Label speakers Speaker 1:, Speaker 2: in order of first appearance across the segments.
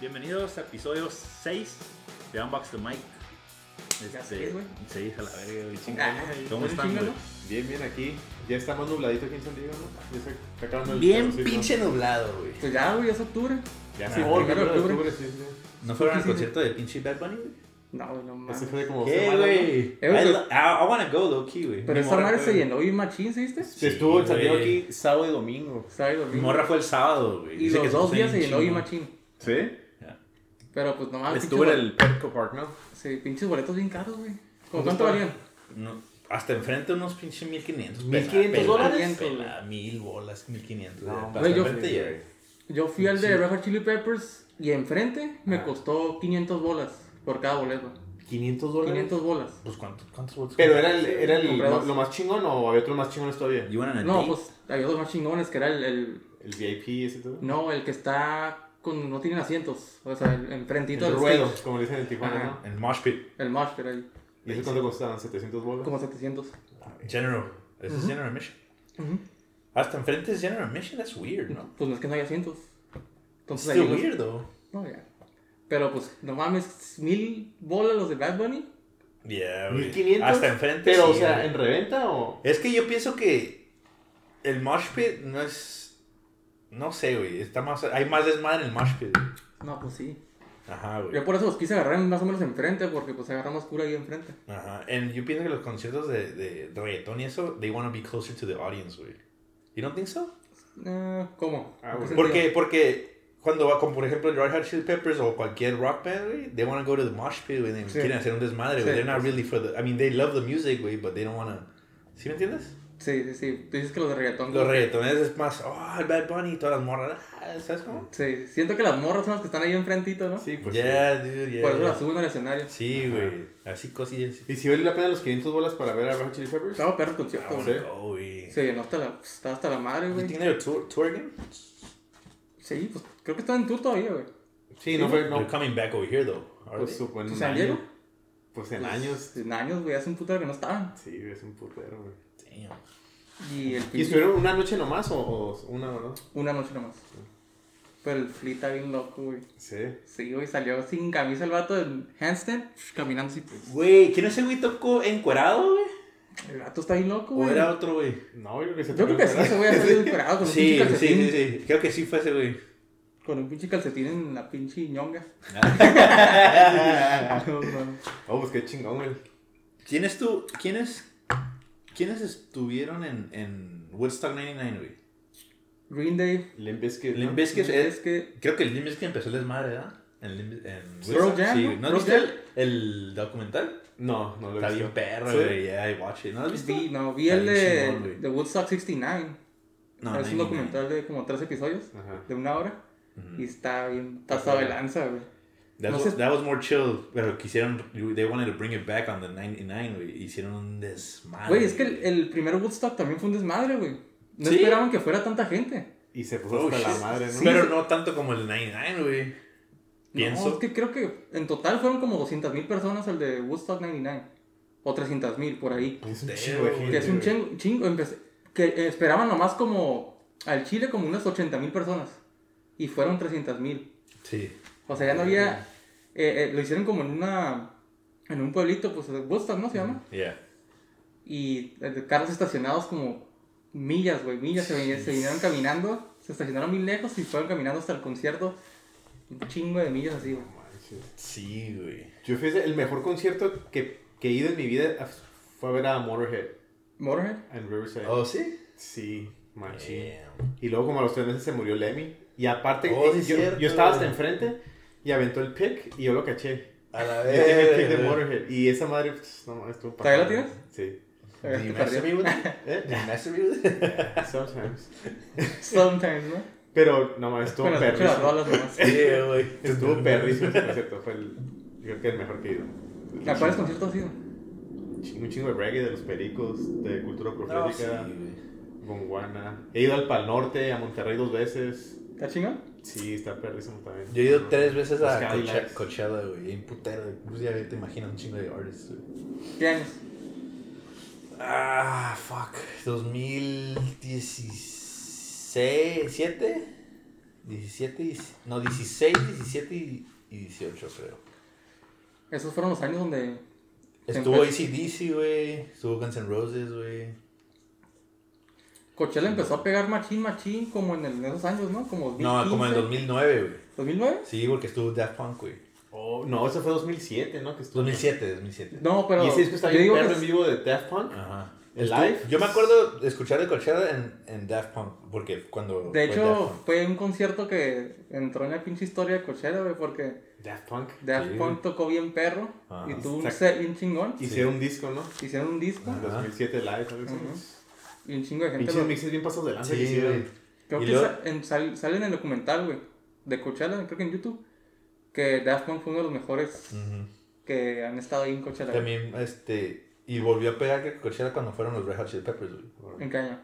Speaker 1: Bienvenidos a episodio 6 de Unbox the Mic.
Speaker 2: Este,
Speaker 3: Ya sé, güey.
Speaker 1: sí, a la verga, güey,
Speaker 3: Ah,
Speaker 1: chingada.
Speaker 3: güey,
Speaker 1: ¿Cómo están,
Speaker 3: chíngalo.
Speaker 1: güey?
Speaker 4: Bien, bien, aquí. Ya está más nubladito aquí en San Diego, ¿no? Ya se está acabando el
Speaker 2: Bien
Speaker 4: calorcito.
Speaker 2: pinche nublado, güey.
Speaker 3: Pues ya, güey, es octubre.
Speaker 1: Ya
Speaker 4: Ah,
Speaker 1: sé.
Speaker 4: no,
Speaker 3: primero
Speaker 4: primero de
Speaker 3: octubre.
Speaker 4: octubre, sí, sí.
Speaker 2: ¿No fueron al concierto de pinche Bad Bunny, güey?
Speaker 3: No, güey, no
Speaker 4: Ese
Speaker 3: mames.
Speaker 4: fue de como dos
Speaker 2: ¿Qué,
Speaker 4: semanas, ¿no?
Speaker 2: güey?
Speaker 3: Eh, güey,
Speaker 2: I, lo- ah, I- I wanna go, low key, güey.
Speaker 3: Pero
Speaker 4: Mi
Speaker 3: esa
Speaker 4: morra
Speaker 3: madre
Speaker 4: fue-
Speaker 3: se llenó y machín, ¿sí viste?
Speaker 4: Se estuvo en San Diego
Speaker 2: güey.
Speaker 4: aquí sábado y domingo.
Speaker 3: Sábado y
Speaker 2: Mi
Speaker 3: domingo.
Speaker 2: morra fue el sábado, güey.
Speaker 3: Y
Speaker 2: Dice
Speaker 3: los
Speaker 2: que
Speaker 3: dos
Speaker 2: está
Speaker 3: días se
Speaker 2: bien
Speaker 3: llenó y
Speaker 2: chingón.
Speaker 3: machín.
Speaker 4: ¿Sí?
Speaker 3: Pero pues nomás. pinches
Speaker 4: Estuvo en
Speaker 3: bol-
Speaker 4: el Petco Park, ¿no?
Speaker 3: Sí, pinches boletos bien caros, güey. ¿Cómo
Speaker 4: ¿Cuánto
Speaker 3: cuánto
Speaker 4: está?
Speaker 3: valían?
Speaker 2: No, hasta enfrente unos pinche 1500.
Speaker 4: 1500
Speaker 3: dólares.
Speaker 2: Mil bolas, 1500.
Speaker 4: No,
Speaker 2: güey.
Speaker 4: güey,
Speaker 2: Hasta
Speaker 3: yo-
Speaker 2: enfrente ya, güey.
Speaker 3: Yo fui al de Red Hot Chili Peppers y enfrente me costó 500 bolas por cada boleto.
Speaker 4: 500 dólares.
Speaker 3: 500 bolas.
Speaker 2: Pues cuántos, cuántos bolas.
Speaker 4: Pero era, el, era el,
Speaker 3: Compré dos.
Speaker 4: lo más chingón o había otro más chingón todavía.
Speaker 2: You wanna
Speaker 3: No,
Speaker 2: date?
Speaker 3: pues había dos más chingones que era el, el-
Speaker 4: El VIP y ese todo.
Speaker 3: No, el que está. Con, no tienen asientos. O sea, el enfrentito
Speaker 4: El
Speaker 3: del
Speaker 4: ruedo,
Speaker 3: stage.
Speaker 4: como le dicen en Tijuana,
Speaker 3: Ajá.
Speaker 4: ¿no?
Speaker 2: El mosh pit.
Speaker 3: El mosh pit ahí.
Speaker 4: ¿Y eso cuánto costaban? ¿700 bolas?
Speaker 3: Como 700.
Speaker 2: General. Ese es General Mission.
Speaker 3: Ujú.
Speaker 2: Hasta enfrente es General Mission. That's weird, ¿no?
Speaker 3: Pues no es que no hay asientos. Entonces Pues ahí
Speaker 2: Still
Speaker 3: los-
Speaker 2: weird, though.
Speaker 3: No, ya. Pero pues, no mames, mil bolas los de Bad Bunny.
Speaker 2: Yeah, güey.
Speaker 4: 1500.
Speaker 2: Hasta enfrente.
Speaker 4: Pero,
Speaker 2: sí,
Speaker 4: o sea,
Speaker 2: güey.
Speaker 4: ¿en reventa o.?
Speaker 2: Es que yo pienso que el mosh pit no es. No sé, güey. Está más, hay más desmadre en el mosh pit. güey.
Speaker 3: No, pues sí.
Speaker 2: Ajá, güey.
Speaker 3: Yo por eso los quise agarrar más o menos enfrente, porque pues agarramos cura ahí enfrente.
Speaker 2: Ajá. En- yo pienso que los conciertos de, de, de reggaetón y eso, they want to be closer to the audience, güey. You don't think so?
Speaker 3: Eh, ¿Cómo? ¿En
Speaker 4: Ah,
Speaker 3: qué
Speaker 4: bueno.
Speaker 3: sentido?
Speaker 2: Porque, porque cuando va con, por ejemplo, el Red Hot Chili Peppers o cualquier rock band, güey, they want to go to the mosh pit, güey, and
Speaker 3: Sí.
Speaker 2: quieren hacer un desmadre, güey.
Speaker 3: Sí.
Speaker 2: They're not really for the... I mean, they love the music, güey, but they don't want to... ¿Sí me entiendes?
Speaker 3: Sí, sí, sí. Tú dices que los de reggaetón.
Speaker 2: Los reggaetoneros es más, oh, el Bad Bunny y todas las morras, ah, ¿sabes cómo?
Speaker 3: Sí, siento que las morras son las que están ahí enfrentito, ¿no?
Speaker 4: Sí, pues.
Speaker 2: yeah, dude, yeah.
Speaker 3: Por eso
Speaker 2: yeah.
Speaker 3: las suben al escenario.
Speaker 2: Sí, güey. Así cosillas.
Speaker 4: ¿Y si vale la pena los 500 bolas para ver a Red Hot Chili Peppers?
Speaker 3: Estaba perro el concierto,
Speaker 4: Ah,
Speaker 2: Oh,
Speaker 4: pues
Speaker 3: güey.
Speaker 2: no, güey.
Speaker 3: Se llenó hasta la, estaba hasta la madre,
Speaker 2: You
Speaker 3: güey.
Speaker 2: think they're a tour, tour again?
Speaker 3: Sí, pues creo que está en tour todavía, güey.
Speaker 4: Sí, no fue.
Speaker 2: They're
Speaker 4: No.
Speaker 2: coming back over here, though. Are
Speaker 4: Pues
Speaker 2: they?
Speaker 4: supo en
Speaker 3: ¿Tú
Speaker 4: un
Speaker 3: San Diego?
Speaker 4: año. Pues en
Speaker 3: Pues,
Speaker 4: años.
Speaker 3: En años, güey. Hace un putero que no estaban.
Speaker 4: Sí, es un putero, güey.
Speaker 2: Damn.
Speaker 3: Y el
Speaker 4: ¿Y estuvieron una noche nomás o, o una o no?
Speaker 3: Una noche nomás. Pero el Flea está bien loco, güey.
Speaker 4: Sí.
Speaker 3: Sí, güey, salió sin camisa el vato del handstand, psh, caminando así. pues.
Speaker 2: Güey, ¿quién ese güey tocó encuerado, güey?
Speaker 3: El vato está bien loco,
Speaker 2: ¿O
Speaker 3: güey.
Speaker 2: era otro, güey?
Speaker 4: No, yo creo que se
Speaker 3: Yo creo que sí, se voy a salir desesperado con un
Speaker 2: Sí,
Speaker 3: pinche
Speaker 2: sí, sí,
Speaker 3: calcetín.
Speaker 2: sí. Creo que sí fue ese, güey.
Speaker 3: Con un pinche calcetín en la pinche ñonga. No, no.
Speaker 4: Oh, pues qué chingón, güey.
Speaker 2: ¿Quién es tú? ¿Quiénes? ¿Quiénes estuvieron en, en Woodstock 99, güey?
Speaker 3: Green Day.
Speaker 4: Limp Bizkit, ¿no?
Speaker 2: Limp Bizkit, eh,
Speaker 3: es que.
Speaker 2: Creo que el Limp Bizkit empezó el desmadre, ¿verdad? En Limp- en
Speaker 3: Pearl Jam,
Speaker 2: Sí,
Speaker 3: ¿no?
Speaker 2: güey. ¿no has
Speaker 3: Pearl
Speaker 2: visto
Speaker 3: Jam.
Speaker 2: el, el documental?
Speaker 4: No, no lo
Speaker 2: Está
Speaker 4: he visto.
Speaker 2: bien perro,
Speaker 4: Sí.
Speaker 2: güey. Yeah, I watch it. ¿No lo has visto?
Speaker 3: Vi, no, vi el
Speaker 2: Está bien chingón,
Speaker 3: de,
Speaker 2: güey.
Speaker 3: de Woodstock 69.
Speaker 2: No,
Speaker 3: es un
Speaker 2: 99.
Speaker 3: documental de como tres episodios,
Speaker 4: Ajá.
Speaker 3: de una hora. Y está bien pasado de lanza, güey.
Speaker 2: That,
Speaker 3: No
Speaker 2: was,
Speaker 3: sé-
Speaker 2: that was more chill, pero quisieron, they wanted to bring it back on the 99, güey. Hicieron un desmadre.
Speaker 3: Güey, es que el, el primer Woodstock también fue un desmadre, güey. No
Speaker 2: ¿Sí?
Speaker 3: esperaban que fuera tanta gente.
Speaker 4: Y se puso
Speaker 2: Oh,
Speaker 4: hasta la
Speaker 2: shit.
Speaker 4: madre, ¿no?
Speaker 2: Pero no tanto como el 99, güey. Pienso.
Speaker 3: No, es que creo que en total fueron como 200.000 personas al de Woodstock 99. O 300.000 por ahí.
Speaker 4: Pues Es un
Speaker 2: Putero,
Speaker 4: chingo de
Speaker 2: güey.
Speaker 4: gente,
Speaker 3: Que es un
Speaker 4: güey.
Speaker 3: chingo. chingo, empecé- que esperaban nomás como al Chile como unas 80.000 personas. Y fueron 300.000.
Speaker 2: Sí.
Speaker 3: O sea, ya no había... eh, eh, lo hicieron como en una... En un pueblito, pues Woodstock, ¿no se llama?
Speaker 2: Yeah.
Speaker 3: Y eh, carros estacionados como millas, güey, millas. Se, vin- se vinieron caminando, se estacionaron muy lejos y fueron caminando hasta el concierto. Un chingo de millas así, güey.
Speaker 4: No manches.
Speaker 2: Sí, güey.
Speaker 4: Yo fíjate, el mejor concierto que, que he ido en mi vida fue a ver a Motorhead
Speaker 3: Motorhead. eh,
Speaker 4: en Riverside.
Speaker 2: ¿Oh, sí?
Speaker 4: Sí, machín.
Speaker 2: Damn.
Speaker 4: Y luego como a los tres meses se murió Lemmy. Y aparte,
Speaker 2: Oh, sí,
Speaker 4: yo,
Speaker 2: cierto,
Speaker 4: yo estaba hasta
Speaker 2: güey.
Speaker 4: enfrente y aventó el pick y yo lo caché.
Speaker 2: A la
Speaker 4: Yo tenía el pick de
Speaker 2: vez.
Speaker 4: Motorhead. Y esa madre, pues, no mames, estuvo
Speaker 3: Eh, ¿Todavía
Speaker 4: pasada.
Speaker 3: lo
Speaker 4: Sí.
Speaker 3: A ver,
Speaker 2: Do you
Speaker 3: te
Speaker 2: mess with
Speaker 3: perdí.
Speaker 2: me with it? Do
Speaker 4: ¿Eh?
Speaker 2: you mess with me with it?
Speaker 4: Sometimes.
Speaker 3: Sometimes, ¿no?
Speaker 4: Pero, no mames, estuvo
Speaker 3: Bueno, escucho las
Speaker 4: perrísimo.
Speaker 3: rolas nomás.
Speaker 2: Yeah, güey.
Speaker 4: Estuvo perrísimo ese concierto. Fue el, yo creo que el mejor que he ido.
Speaker 3: ¿A cuáles conciertos has ido?
Speaker 4: Ching- Un chingo de reggae de los pericos, de cultura
Speaker 2: No, sí,
Speaker 4: profética,
Speaker 2: güey.
Speaker 4: gonguana. He ido al Pal Norte, a Monterrey dos veces.
Speaker 3: ¿Está chingón?
Speaker 4: Sí, está perrísimo también.
Speaker 2: Yo he ido tres veces
Speaker 4: Los
Speaker 2: a
Speaker 4: Cadillacs.
Speaker 2: Coache- Coachella, güey. En putero. Pues ya te imaginas un chingo de artists, güey.
Speaker 3: ¿Qué años?
Speaker 2: Ah, fuck. 2016, 7? 17, y- no, 16, 17 y y 18, creo.
Speaker 3: Esos fueron los años donde.
Speaker 2: Estuvo
Speaker 3: Empezó-
Speaker 2: ACDC, güey. Estuvo Guns N' Roses, güey.
Speaker 3: Coachella empezó a pegar machín, machín, como en, el- en esos años, ¿no? Como 2015,
Speaker 2: No, como en 2009, güey.
Speaker 3: 2009.
Speaker 2: Sí, porque estuvo Daft Punk, güey.
Speaker 4: Oh, no, eso fue 2007, ¿no? Que estuvo.
Speaker 2: 2007, 2007.
Speaker 3: No, pero.
Speaker 4: y ese disco está
Speaker 3: yo
Speaker 4: bien
Speaker 3: digo
Speaker 4: perro
Speaker 3: que
Speaker 4: en vivo de Daft Punk.
Speaker 2: Ajá.
Speaker 4: ¿El
Speaker 2: Estuvo-
Speaker 4: live?
Speaker 2: Yo me acuerdo de escuchar de Coachella en, en Daft Punk, porque cuando... fue
Speaker 3: De
Speaker 2: Daft
Speaker 3: hecho,
Speaker 2: Punk.
Speaker 3: fue un concierto que entró en la pinche historia de Coachella, güey, porque
Speaker 4: Daft Punk.
Speaker 3: Daft
Speaker 2: Sí.
Speaker 3: Punk tocó bien perro
Speaker 2: Ah,
Speaker 3: y tuvo un
Speaker 4: exacto.
Speaker 3: set bien chingón.
Speaker 4: Hice un disco, ¿no?
Speaker 3: Hicieron un disco
Speaker 2: Ajá.
Speaker 4: 2007 live, ¿sabes?
Speaker 3: Ujú. y un chingo de gente.
Speaker 4: Pinches
Speaker 3: lo-
Speaker 4: mixes bien pasados de lanza que
Speaker 2: sí,
Speaker 4: hicieron.
Speaker 2: güey.
Speaker 3: Creo
Speaker 2: y
Speaker 3: que
Speaker 2: luego-
Speaker 3: sa- en- sal- sale en el documental, güey, de Coachella, creo que en YouTube, que Daft Punk fue uno de los mejores
Speaker 2: Ujú.
Speaker 3: que han estado ahí en Coachella. güey.
Speaker 2: También, este... Y volvió a pegar que Coachella cuando fueron los Red Hot Chili Peppers, güey.
Speaker 3: En caña.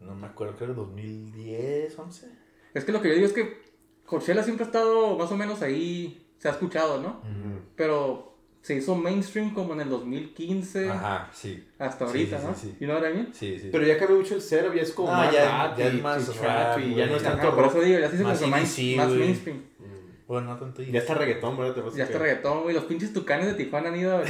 Speaker 2: No me acuerdo, creo que 2010, 11.
Speaker 3: Es que lo que yo digo es que Coachella siempre ha estado más o menos ahí, se ha escuchado, ¿no?
Speaker 4: Ujú.
Speaker 3: Pero se hizo mainstream como en el 2015
Speaker 2: Ajá, sí. Sí,
Speaker 3: hasta ahorita,
Speaker 2: sí,
Speaker 3: ¿no?
Speaker 2: sí, sí.
Speaker 3: ¿Y no era bien?
Speaker 2: Sí, sí.
Speaker 4: Pero ya cambió mucho el setup, ya es como
Speaker 2: Ah,
Speaker 4: más
Speaker 2: ya-
Speaker 4: rap
Speaker 2: ya es
Speaker 4: y-
Speaker 2: más
Speaker 4: y
Speaker 2: rap,
Speaker 4: trap y ya
Speaker 2: güey.
Speaker 4: no es
Speaker 2: Ajá,
Speaker 4: tanto
Speaker 3: por
Speaker 4: rock.
Speaker 3: eso digo, ya se hizo
Speaker 2: Más
Speaker 3: como main-
Speaker 2: EDC,
Speaker 3: más
Speaker 2: güey.
Speaker 3: mainstream.
Speaker 2: Bueno, no tanto. y-
Speaker 4: Ya está reggaetón, ¿verdad? Te vas a
Speaker 3: Ya está
Speaker 4: creer.
Speaker 3: reggaetón, güey. Los pinches tucanes de Tijuana han ido a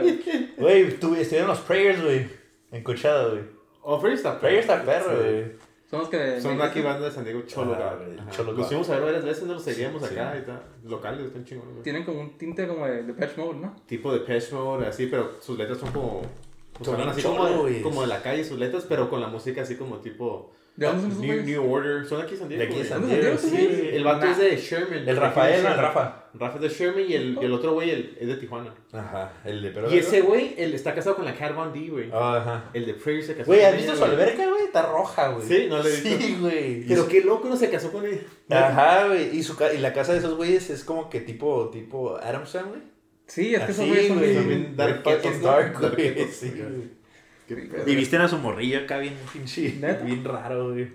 Speaker 3: güey.
Speaker 2: Güey, tuve- estuvieron los Prayers, güey. En Coachella, güey.
Speaker 4: Oh, Freddy está
Speaker 2: Prayers está
Speaker 4: perro.
Speaker 2: perro,
Speaker 4: Sí.
Speaker 2: güey.
Speaker 3: Son los que...
Speaker 4: Son aquí banda de San Diego Cholo.
Speaker 2: Ajá,
Speaker 4: güey.
Speaker 2: güey,
Speaker 4: Ajá.
Speaker 2: Cholo,
Speaker 4: Los
Speaker 2: güey.
Speaker 4: fuimos a ver varias veces, nos seguíamos
Speaker 2: Sí,
Speaker 4: acá
Speaker 2: sí.
Speaker 4: y tal. Locales, están chingones. güey.
Speaker 3: Tienen como un tinte como de, de patch mode, ¿no?
Speaker 4: tipo de Pesh Mode, así, pero sus letras son como. pues,
Speaker 2: Son
Speaker 4: hablan así
Speaker 2: cholo,
Speaker 4: como de,
Speaker 2: güey.
Speaker 4: como de la calle, sus letras, pero con la música así como tipo.
Speaker 3: ¿De dónde son esos
Speaker 4: New,
Speaker 3: güeyes?
Speaker 4: New Order. Son aquí de San Diego.
Speaker 2: De aquí de
Speaker 4: güey.
Speaker 2: San
Speaker 3: ¿Dónde
Speaker 2: Diego,
Speaker 3: salieron,
Speaker 2: sí,
Speaker 3: güey?
Speaker 2: güey.
Speaker 4: El vato
Speaker 3: Nah.
Speaker 4: es de Sherman.
Speaker 2: El
Speaker 4: de aquí
Speaker 2: Rafael,
Speaker 4: de
Speaker 2: el
Speaker 4: Sherman.
Speaker 2: Rafa.
Speaker 4: Rafa es de Sherman y el, y el otro güey, el, es de Tijuana.
Speaker 2: Ajá, el de Perú.
Speaker 4: y ese güey, él está casado con la Cat Von D, güey.
Speaker 2: Ajá.
Speaker 4: El de Prayer se casó
Speaker 2: Ah. Güey,
Speaker 4: con
Speaker 2: ¿has
Speaker 4: ella,
Speaker 2: visto su
Speaker 4: güey.
Speaker 2: alberca, güey? Está roja, güey.
Speaker 4: Sí, no la he visto.
Speaker 2: Sí, güey.
Speaker 4: Pero qué loco, no se casó con él.
Speaker 2: Ajá, güey. Y, su ca- y la casa de esos güeyes es como que tipo, tipo Adamson, güey.
Speaker 3: Sí, es que esos
Speaker 2: Así,
Speaker 3: güeyes son
Speaker 2: Ah, güey.
Speaker 3: bien-
Speaker 4: También Dark
Speaker 2: Fucking
Speaker 4: Knuckles, ¿no?
Speaker 2: Dark,
Speaker 4: Dark
Speaker 2: güey.
Speaker 4: Knuckles,
Speaker 2: Sí,
Speaker 4: güey.
Speaker 2: güey.
Speaker 4: Qué pedo.
Speaker 2: Y viste a su morrillo acá bien pinche.
Speaker 3: ¿Neta?
Speaker 2: Bien raro, güey.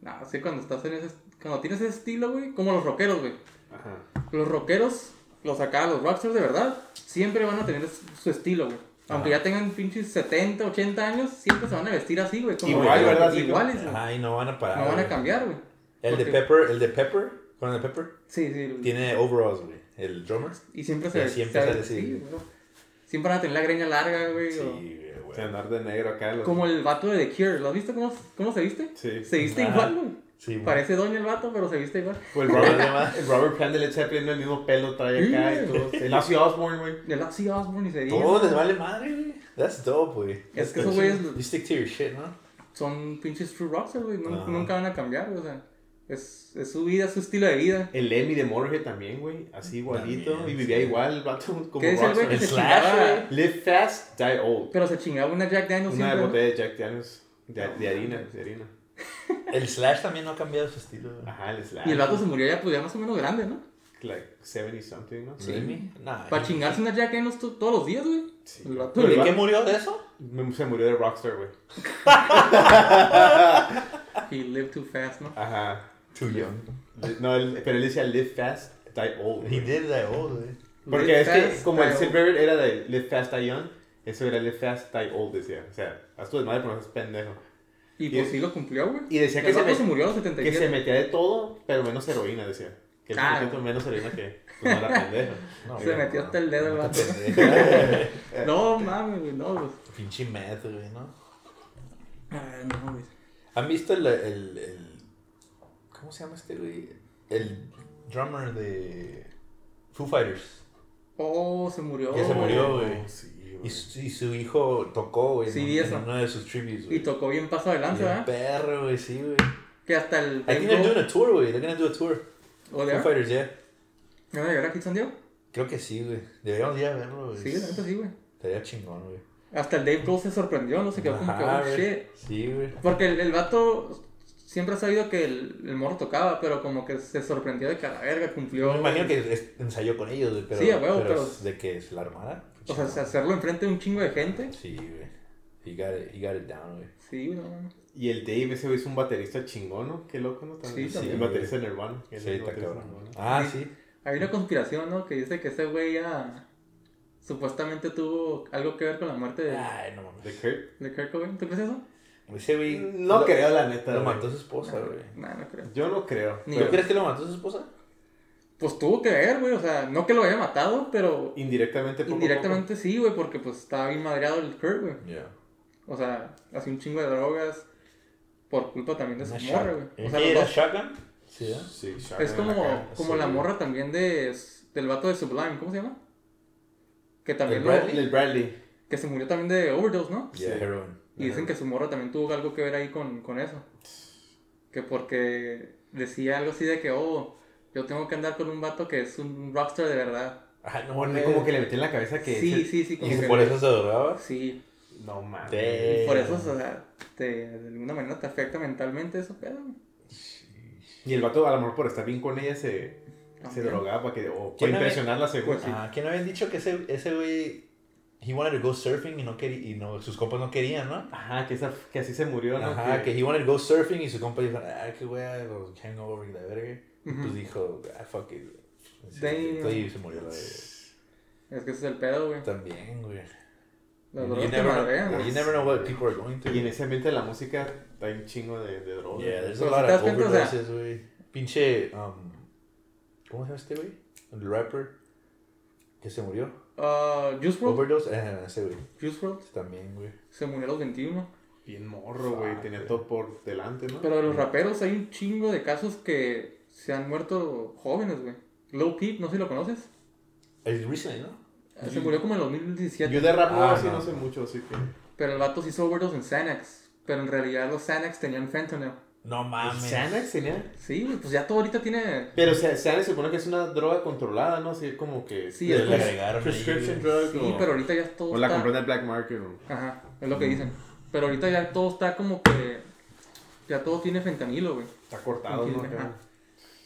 Speaker 3: No, sí, cuando estás en ese... Cuando tienes ese estilo, güey, como los rockeros, güey.
Speaker 4: Ajá.
Speaker 3: Los rockeros, los acá, los rockstars de verdad, siempre van a tener su su estilo, güey. Aunque
Speaker 2: Ajá.
Speaker 3: ya tengan pinches 70, 80 años, siempre se van a vestir así, güey. como-
Speaker 4: Igual, ¿verdad? Así como-
Speaker 3: Iguales, güey.
Speaker 2: Ajá, y no van a parar.
Speaker 3: No van a
Speaker 2: güey.
Speaker 3: cambiar, güey.
Speaker 2: El de
Speaker 3: Porque-
Speaker 2: Pepper, el de Pepper, con el Pepper,
Speaker 3: Sí, sí. güey.
Speaker 2: tiene overalls, güey. El drummer.
Speaker 3: Y siempre
Speaker 2: Y
Speaker 3: se...
Speaker 2: así
Speaker 3: se-
Speaker 2: empieza a decir.
Speaker 3: sí, güey. Siempre van a tener la greña larga, güey.
Speaker 2: Sí,
Speaker 3: o-
Speaker 2: güey,
Speaker 4: O
Speaker 2: güey.
Speaker 4: sea, andar de negro acá. los-
Speaker 3: Como el vato de The Cure, ¿lo has visto cómo, cómo se viste?
Speaker 4: Sí.
Speaker 3: Se viste
Speaker 2: Ah.
Speaker 3: igual, güey.
Speaker 2: Sí, güey.
Speaker 3: Parece doña el vato, pero se viste igual.
Speaker 4: O el Robert, el Robert Plant de Led Zeppelin, el mismo pelo trae acá y
Speaker 3: Sí,
Speaker 4: todo. El Ozzy Osbourne, güey.
Speaker 3: El Ozzy Osbourne y se dice.
Speaker 2: Todo les vale madre, güey. That's dope, güey.
Speaker 3: Es que
Speaker 2: That's
Speaker 3: esos
Speaker 2: dope.
Speaker 3: güeyes-
Speaker 2: You stick to your shit, ¿no?
Speaker 3: Son pinches true rockstars, güey. nun-
Speaker 2: Ajá.
Speaker 3: Nunca van a cambiar, güey, o sea. Es, es su vida, es su estilo de vida.
Speaker 4: El Lemmy de Motorhead también, güey. Así igualito.
Speaker 2: También,
Speaker 4: y vivía
Speaker 2: sí.
Speaker 4: igual el vato como
Speaker 3: ¿Qué dice el güey Ah. que
Speaker 2: El
Speaker 3: se
Speaker 2: Slash,
Speaker 3: chingaba?
Speaker 2: güey.
Speaker 4: Live fast, die old.
Speaker 3: Pero se chingaba una Jack Daniels
Speaker 4: Una
Speaker 3: siempre,
Speaker 4: botella de Jack Daniels. De, de harina, de harina.
Speaker 2: El Slash también no ha cambiado su estilo, güey.
Speaker 4: Ajá, el
Speaker 3: ¿no?
Speaker 4: Slash.
Speaker 3: Y el vato se murió ya, pues ya más o menos grande, ¿no?
Speaker 4: Like 70 something, ¿no?
Speaker 3: Sí.
Speaker 2: Really? Nah.
Speaker 3: Para chingarse una Jack Daniels to- todos los días, güey.
Speaker 4: Sí.
Speaker 3: El vato.
Speaker 4: Pero
Speaker 2: ¿De
Speaker 4: el
Speaker 2: qué
Speaker 4: vato-
Speaker 2: murió de eso?
Speaker 4: me- se murió de Rockstar, güey.
Speaker 3: He lived too fast, ¿no?
Speaker 4: Ajá.
Speaker 2: Too young.
Speaker 4: Li- No, él- pero él decía live fast, die old.
Speaker 2: He
Speaker 4: güey.
Speaker 2: did that old, güey.
Speaker 4: Porque
Speaker 3: Live
Speaker 4: es que
Speaker 3: fast,
Speaker 4: como el
Speaker 3: die
Speaker 4: Sid
Speaker 3: old.
Speaker 4: Barrett era de live fast, die young, eso era live fast, die old, decía. O sea, haz tu desmadre, pero no seas pendejo.
Speaker 3: Y pues sí lo cumplió, güey.
Speaker 4: Y decía que
Speaker 3: El
Speaker 4: se,
Speaker 3: vato
Speaker 4: me-
Speaker 3: se murió a los
Speaker 4: que se
Speaker 3: 77.
Speaker 4: metía de todo, pero menos heroína, decía. Que él se
Speaker 3: Ah.
Speaker 4: metía todo menos heroína que pues, no era pendejo.
Speaker 2: No,
Speaker 3: Se
Speaker 2: güey,
Speaker 3: metió
Speaker 2: no.
Speaker 3: hasta el dedo el vato. No mames, güey, no, pues. güey.
Speaker 2: Pinche meth, güey, ¿no?
Speaker 3: Ah, no, güey.
Speaker 2: ¿Han visto el, el, el... ¿Cómo se llama este, güey? El drummer de Foo Fighters.
Speaker 3: Oh, se murió.
Speaker 2: Ya se murió, güey.
Speaker 4: Sí,
Speaker 2: Y su, y su hijo tocó, güey,
Speaker 3: Sí,
Speaker 2: en,
Speaker 3: vi
Speaker 2: en
Speaker 3: eso.
Speaker 2: uno de sus tributes, güey.
Speaker 3: Y tocó ¿eh? bien paso de lanza,
Speaker 2: Bien
Speaker 3: ¿verdad?
Speaker 2: perro, güey, sí, güey.
Speaker 3: Que hasta el.
Speaker 2: I think they're doing a tour, güey. They're gonna do a tour.
Speaker 3: ¿O de
Speaker 2: Foo Fighters, yeah.
Speaker 3: ¿Me van a llegar aquí, San Diego?
Speaker 2: Creo que sí, güey. Deberíamos ir a verlo,
Speaker 4: Pues
Speaker 2: güey.
Speaker 3: Sí, la neta sí, güey.
Speaker 2: Estaría chingón, güey.
Speaker 3: Hasta el Dave Grohl se sorprendió, no se quedó como que,
Speaker 2: Ajá,
Speaker 3: oh
Speaker 2: güey.
Speaker 3: shit.
Speaker 2: Sí, güey.
Speaker 3: Porque el, el vato siempre ha sabido que el, el morro tocaba, pero como que se sorprendió de que a la verga cumplió.
Speaker 2: Yo me imagino que es- ensayó con ellos, güey. Pero,
Speaker 3: Sí, a huevo, pero-
Speaker 2: De que se la armada.
Speaker 3: O sea, hacerlo enfrente de un chingo de gente.
Speaker 2: Sí, güey. He got it, he got it down, güey.
Speaker 3: Sí, güey, no mames.
Speaker 4: Y el Dave, ese güey es un baterista chingón, ¿no? Qué loco, ¿no? También.
Speaker 3: Sí, también.
Speaker 4: El baterista de Nirvana.
Speaker 2: Sí,
Speaker 4: El
Speaker 2: está
Speaker 4: baterista de
Speaker 2: cabrón.
Speaker 4: Nirvana.
Speaker 2: Ah, sí.
Speaker 3: Hay una conspiración, ¿no? Que dice que ese güey ya. Supuestamente tuvo algo que ver con la muerte de,
Speaker 2: Ay, no mames.
Speaker 4: ¿De Kurt?
Speaker 3: de Kurt Cobain. ¿Tú crees eso?
Speaker 2: Ese güey.
Speaker 4: No
Speaker 2: lo-
Speaker 4: creo, la neta.
Speaker 2: Lo
Speaker 4: güey.
Speaker 2: mató su esposa, güey.
Speaker 3: Nah, no creo.
Speaker 4: Yo no creo.
Speaker 3: Ni
Speaker 2: ¿Tú
Speaker 3: Pero-
Speaker 2: crees que lo mató su esposa?
Speaker 3: Pues tuvo que ver, güey. O sea, no que lo haya matado, pero
Speaker 4: Indirectamente. poco a
Speaker 3: indirectamente sí, güey, porque pues estaba bien madreado el Kurt, güey.
Speaker 2: Ya.
Speaker 3: O sea, hacía un chingo de drogas por culpa también de su morra, güey. O sea,
Speaker 2: ¿Qué
Speaker 3: los
Speaker 2: era
Speaker 3: dos-
Speaker 2: Shotgun? Sí, ¿eh?
Speaker 4: poco.
Speaker 2: ¿verdad?
Speaker 4: Sí, shotgun
Speaker 3: es
Speaker 4: en
Speaker 3: como,
Speaker 4: cara,
Speaker 3: como
Speaker 4: sí.
Speaker 3: la morra también de, del vato de Sublime, ¿cómo se llama? Que también
Speaker 2: El
Speaker 3: lo-
Speaker 2: Bradley.
Speaker 4: El Bradley.
Speaker 3: que se murió también de overdose, ¿no?
Speaker 2: Yeah,
Speaker 4: Sí.
Speaker 2: heroin.
Speaker 3: Y dicen que su morra también tuvo algo que ver ahí con, con eso. Que porque decía algo así de que, oh, yo tengo que andar con un vato que es un rockstar de verdad.
Speaker 2: Ah, no,
Speaker 4: Bueno,
Speaker 2: mames.
Speaker 4: como que le metió en la cabeza que.
Speaker 3: Sí,
Speaker 4: ese-
Speaker 3: sí, sí, como
Speaker 2: ¿Y
Speaker 3: que-
Speaker 2: por eso Eh. se drogaba?
Speaker 3: Sí,
Speaker 4: No mames.
Speaker 2: Sí.
Speaker 3: por eso, o sea, te- de alguna manera te afecta mentalmente eso, pero...
Speaker 4: Y el vato, a lo mejor por estar bien con ella, se, se
Speaker 3: También.
Speaker 4: drogaba para que. O para
Speaker 2: ¿Quién era?
Speaker 4: impresionarla, según.
Speaker 3: Pues sí.
Speaker 2: Ah, que no habían dicho que ese ese güey. he wanted to go surfing y no quería. Y no, sus compas no querían, ¿no?
Speaker 4: Ajá, que, esa, que así se murió, ¿no?
Speaker 2: Ajá, que he wanted to go surfing y su compa dijo, ah, qué wea, los hangover y la verga. Y
Speaker 3: Ujú.
Speaker 2: Pues dijo, ah, fuck it. güey". Sí,
Speaker 3: Damn.
Speaker 2: Y se murió la verga.
Speaker 3: Es que ese es el pedo, güey.
Speaker 2: También, güey.
Speaker 3: Las
Speaker 2: you,
Speaker 3: drogas te
Speaker 2: never,
Speaker 3: madrean,
Speaker 2: you
Speaker 3: güey.
Speaker 2: never know what people are going through.
Speaker 4: Y en ese ambiente de la música hay un chingo de, de droga.
Speaker 2: Yeah, there's a
Speaker 3: Pero
Speaker 2: lot
Speaker 3: si te
Speaker 2: of
Speaker 3: das cuenta, o sea-
Speaker 2: overdoses, güey. Pinche, um, ¿cómo se llama este güey? El rapper que se murió.
Speaker 3: Ah, Juice WRLD,
Speaker 2: Overdose, eh, ese güey.
Speaker 3: Juice WRLD
Speaker 2: También, güey.
Speaker 3: se murió a los 21.
Speaker 4: Bien morro, güey. Tenía todo por delante, ¿no?
Speaker 3: Pero de los raperos hay un chingo de casos que se han muerto jóvenes, güey. Lil Peep, no sé si lo conoces.
Speaker 2: El recently, ¿no?
Speaker 3: Se murió como en el 2017.
Speaker 4: Yo de rap no,
Speaker 2: Ah,
Speaker 4: así
Speaker 2: no.
Speaker 4: no sé mucho, así que.
Speaker 3: Pero el vato se hizo overdose en Xanax. Pero en realidad los Xanax tenían fentanyl.
Speaker 2: No mames.
Speaker 4: Xanax tenía.
Speaker 3: Sí, güey, pues ya todo ahorita tiene.
Speaker 4: Pero o sea, Xanax se supone que es una droga controlada, ¿no? Así como que.
Speaker 3: Sí,
Speaker 2: Le
Speaker 3: es
Speaker 2: le
Speaker 3: como-
Speaker 2: agregaron ahí, güey.
Speaker 4: Prescription drug.
Speaker 3: Sí,
Speaker 4: o-
Speaker 3: pero ahorita ya todo
Speaker 4: O la
Speaker 3: está.
Speaker 4: compré en el black market. o-
Speaker 3: Ajá, es lo que dicen. Pero ahorita ya todo está como que. Ya todo tiene fentanilo, güey.
Speaker 4: Está cortado, ¿no?
Speaker 3: Ajá.
Speaker 4: Acá.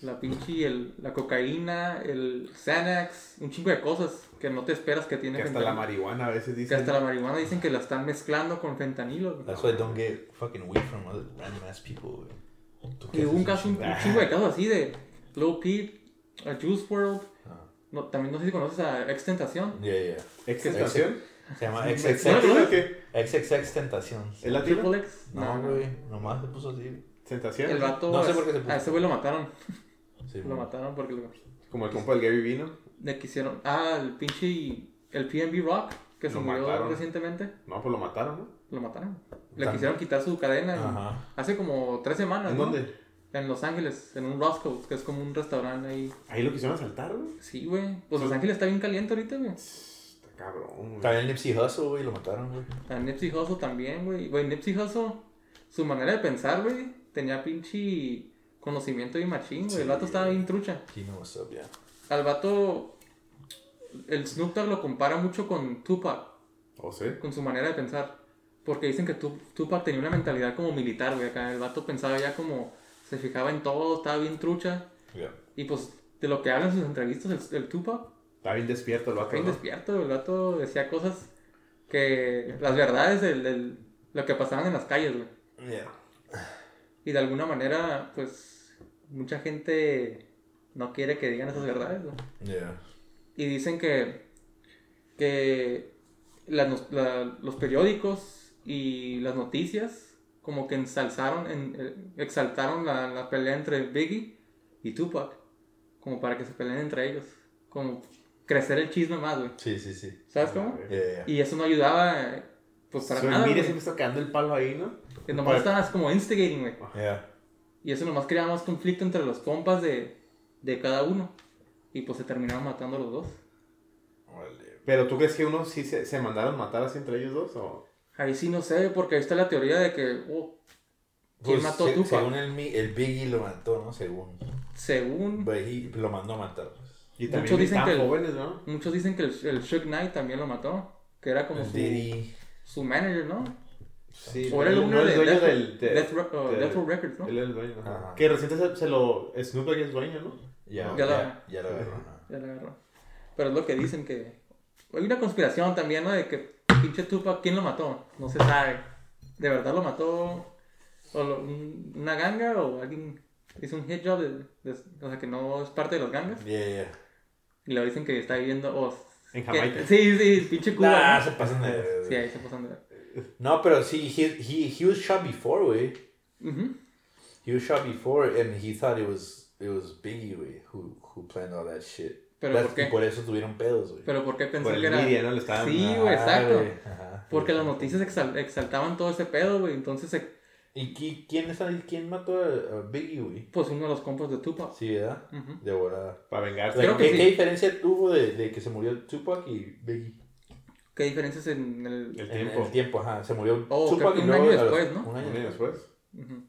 Speaker 3: La pinche, el, la cocaína, el Xanax, un chingo de cosas que no te esperas que tiene
Speaker 4: Que hasta
Speaker 3: fentanilo.
Speaker 4: la marihuana a veces
Speaker 3: Que
Speaker 4: dicen.
Speaker 3: hasta la marihuana dicen que la están mezclando con fentanilo. güey.
Speaker 2: That's why I don't get fucking weed from other random ass people, güey. ¿Tú qué
Speaker 3: Y hubo
Speaker 2: haces,
Speaker 3: un caso, un,
Speaker 2: chingada?
Speaker 3: un chingo de casos así de Low Peep, a Juice World. No, también no sé si conoces a Extentación.
Speaker 2: Ah. Yeah, yeah.
Speaker 4: ¿Extentación?
Speaker 2: Se llama
Speaker 4: ¿No
Speaker 2: XXX,
Speaker 3: ¿No?
Speaker 4: lo que?
Speaker 2: XXX Tentación.
Speaker 4: ¿Es latino?
Speaker 3: Triple X.
Speaker 2: No, güey. Nomás se puso así.
Speaker 4: ¿Tentación?
Speaker 3: El vato.
Speaker 2: No sé
Speaker 3: a-
Speaker 2: por qué se puso.
Speaker 3: A ese güey lo mataron.
Speaker 2: Sí,
Speaker 3: Lo mataron porque lo-
Speaker 4: Como el compa del Gary Vino.
Speaker 3: le quisieron. Ah, el pinche. El PNB Rock, que se
Speaker 4: Lo
Speaker 3: murió
Speaker 4: mataron.
Speaker 3: recientemente.
Speaker 4: No, pues lo mataron, ¿no?
Speaker 3: Lo mataron. Le
Speaker 2: También.
Speaker 3: quisieron quitar su cadena. en-
Speaker 2: Ajá.
Speaker 3: Hace como tres semanas.
Speaker 4: ¿En
Speaker 3: ¿no?
Speaker 4: dónde?
Speaker 3: En Los Ángeles, en un Roscoe's, que es como un restaurante ahí.
Speaker 4: Ahí lo quisieron asaltar, güey.
Speaker 3: Sí, güey. Pues Los Ángeles está bien caliente ahorita, güey.
Speaker 4: Está cabrón, güey.
Speaker 2: También Nipsey Hussle, güey, lo mataron, güey.
Speaker 3: A Nipsey Hussle también, güey. Güey, Nipsey Hussle, su manera de pensar, güey, tenía pinche conocimiento y machín, güey. El vato estaba bien trucha.
Speaker 2: He knows what's up, yeah.
Speaker 3: Al vato, el Snoop Dogg lo compara mucho con Tupac,
Speaker 4: O sé.
Speaker 3: con su manera de pensar. Porque dicen que Tu- Tupac tenía una mentalidad como militar, güey. Acá el vato pensaba ya como, se fijaba en todo, estaba bien trucha.
Speaker 2: Yeah.
Speaker 3: Y pues, de lo que hablan sus entrevistas, el, el Tupac,
Speaker 4: Está bien despierto el vato.
Speaker 3: bien
Speaker 4: ¿no?
Speaker 3: despierto, el vato decía cosas que, las verdades del, del- lo que pasaban en las calles, güey.
Speaker 2: Yeah.
Speaker 3: Y de alguna manera, pues, mucha gente no quiere que digan esas verdades, ¿no?
Speaker 2: Yeah.
Speaker 3: Y dicen que, que las nos- la- los periódicos y las noticias como que ensalzaron, en- eh, exaltaron la, la pelea entre Biggie y Tupac, como para que se peleen entre ellos, como crecer el chisme más, güey.
Speaker 2: Sí, sí, sí.
Speaker 3: ¿Sabes cómo?
Speaker 2: Yeah, yeah.
Speaker 3: Y eso no ayudaba, eh, pues, para
Speaker 4: Soy-
Speaker 3: nada,
Speaker 4: Mire,
Speaker 3: güey.
Speaker 4: se me está quedando el palo ahí, ¿no?
Speaker 3: Que Nomás estabas como instigating, güey.
Speaker 2: Yeah.
Speaker 3: Y eso nomás creaba más conflicto entre los compas de, de cada uno. Y pues se terminaron matando los dos.
Speaker 2: Órale.
Speaker 4: Pero tú crees que uno sí se, se mandaron matar así entre ellos dos o
Speaker 3: Ahí sí no sé, porque ahí está la teoría de que, oh, ¿Quién mató
Speaker 2: Pues,
Speaker 3: a
Speaker 2: se-
Speaker 3: Tupac?
Speaker 2: Según el, mi- el Biggie lo mató, ¿no? Según.
Speaker 3: según...
Speaker 2: But he lo mandó a matar. pues.
Speaker 4: y
Speaker 3: Muchos dicen
Speaker 4: están
Speaker 3: que el-
Speaker 4: jóvenes, ¿no?
Speaker 3: Muchos dicen que el, el Suge Knight también lo mató, que era como su,
Speaker 2: Diddy.
Speaker 3: su manager, ¿no?
Speaker 4: Sí,
Speaker 3: O era el
Speaker 4: no,
Speaker 3: dueño
Speaker 4: no
Speaker 3: de
Speaker 4: dueño
Speaker 3: Death-
Speaker 4: del de-
Speaker 3: Death Ro- oh,
Speaker 4: del-
Speaker 3: Death Row Records, ¿no?
Speaker 4: Él es el dueño. ajá.
Speaker 2: Ajá.
Speaker 4: Que reciente se, se lo Snoop Dogg es dueño, ¿no?
Speaker 2: Ya,
Speaker 3: Ya la-
Speaker 2: ya, ya lo agarró. ¿no?
Speaker 3: Ya la agarró. Pero es lo que dicen que... Hay una conspiración también, ¿no? De que pinche Tupac, ¿quién lo mató? No se sabe. ¿De verdad lo mató o lo- un- una ganga o alguien hizo un hit job? de- de- o sea, que no es parte de las gangas.
Speaker 2: Yeah, yeah.
Speaker 3: Y le dicen que está viviendo... oh,
Speaker 4: En
Speaker 3: que-
Speaker 4: Jamaica.
Speaker 3: sí, sí, pinche Cuba.
Speaker 2: Nah,
Speaker 3: ¿no?
Speaker 2: se pasan de.
Speaker 3: Sí, ahí se pasan de-
Speaker 2: No, pero sí, he, he, he was shot before, güey.
Speaker 3: Ujú.
Speaker 2: He was shot before and he thought it was it was Biggie, güey, who, who planned all that shit.
Speaker 3: Pero
Speaker 2: That's-
Speaker 3: ¿por qué?
Speaker 2: y por eso tuvieron pedos, güey.
Speaker 3: Pero ¿por qué pensé
Speaker 4: Por el
Speaker 3: que era...?
Speaker 4: media, ¿no? Le estaban-
Speaker 3: Sí, güey,
Speaker 2: Ah,
Speaker 3: exacto.
Speaker 2: güey, ajá.
Speaker 3: Porque las noticias exal- exaltaban todo ese pedo, güey. Entonces, eh,
Speaker 2: ¿Y qui- quién, es ahí? quién mató a, a Biggie, güey?
Speaker 3: pues uno de los compas de Tupac.
Speaker 2: Sí, ¿verdad?
Speaker 3: Ujú.
Speaker 2: De volada.
Speaker 4: Para vengarse.
Speaker 3: Creo
Speaker 2: Like,
Speaker 3: que
Speaker 2: ¿qué,
Speaker 3: sí.
Speaker 2: qué diferencia tuvo de, de que se murió Tupac y Biggie?
Speaker 3: ¿Qué diferencias en el...?
Speaker 4: El
Speaker 2: En- en
Speaker 4: tiempo.
Speaker 2: el tiempo, ajá. Se murió
Speaker 3: Oh, creo
Speaker 2: Tupac
Speaker 3: que
Speaker 2: y
Speaker 3: un
Speaker 2: luego
Speaker 3: año
Speaker 2: a los-
Speaker 3: después, ¿no?
Speaker 2: Un año
Speaker 4: Un año
Speaker 2: después.
Speaker 4: después.
Speaker 3: Ujú.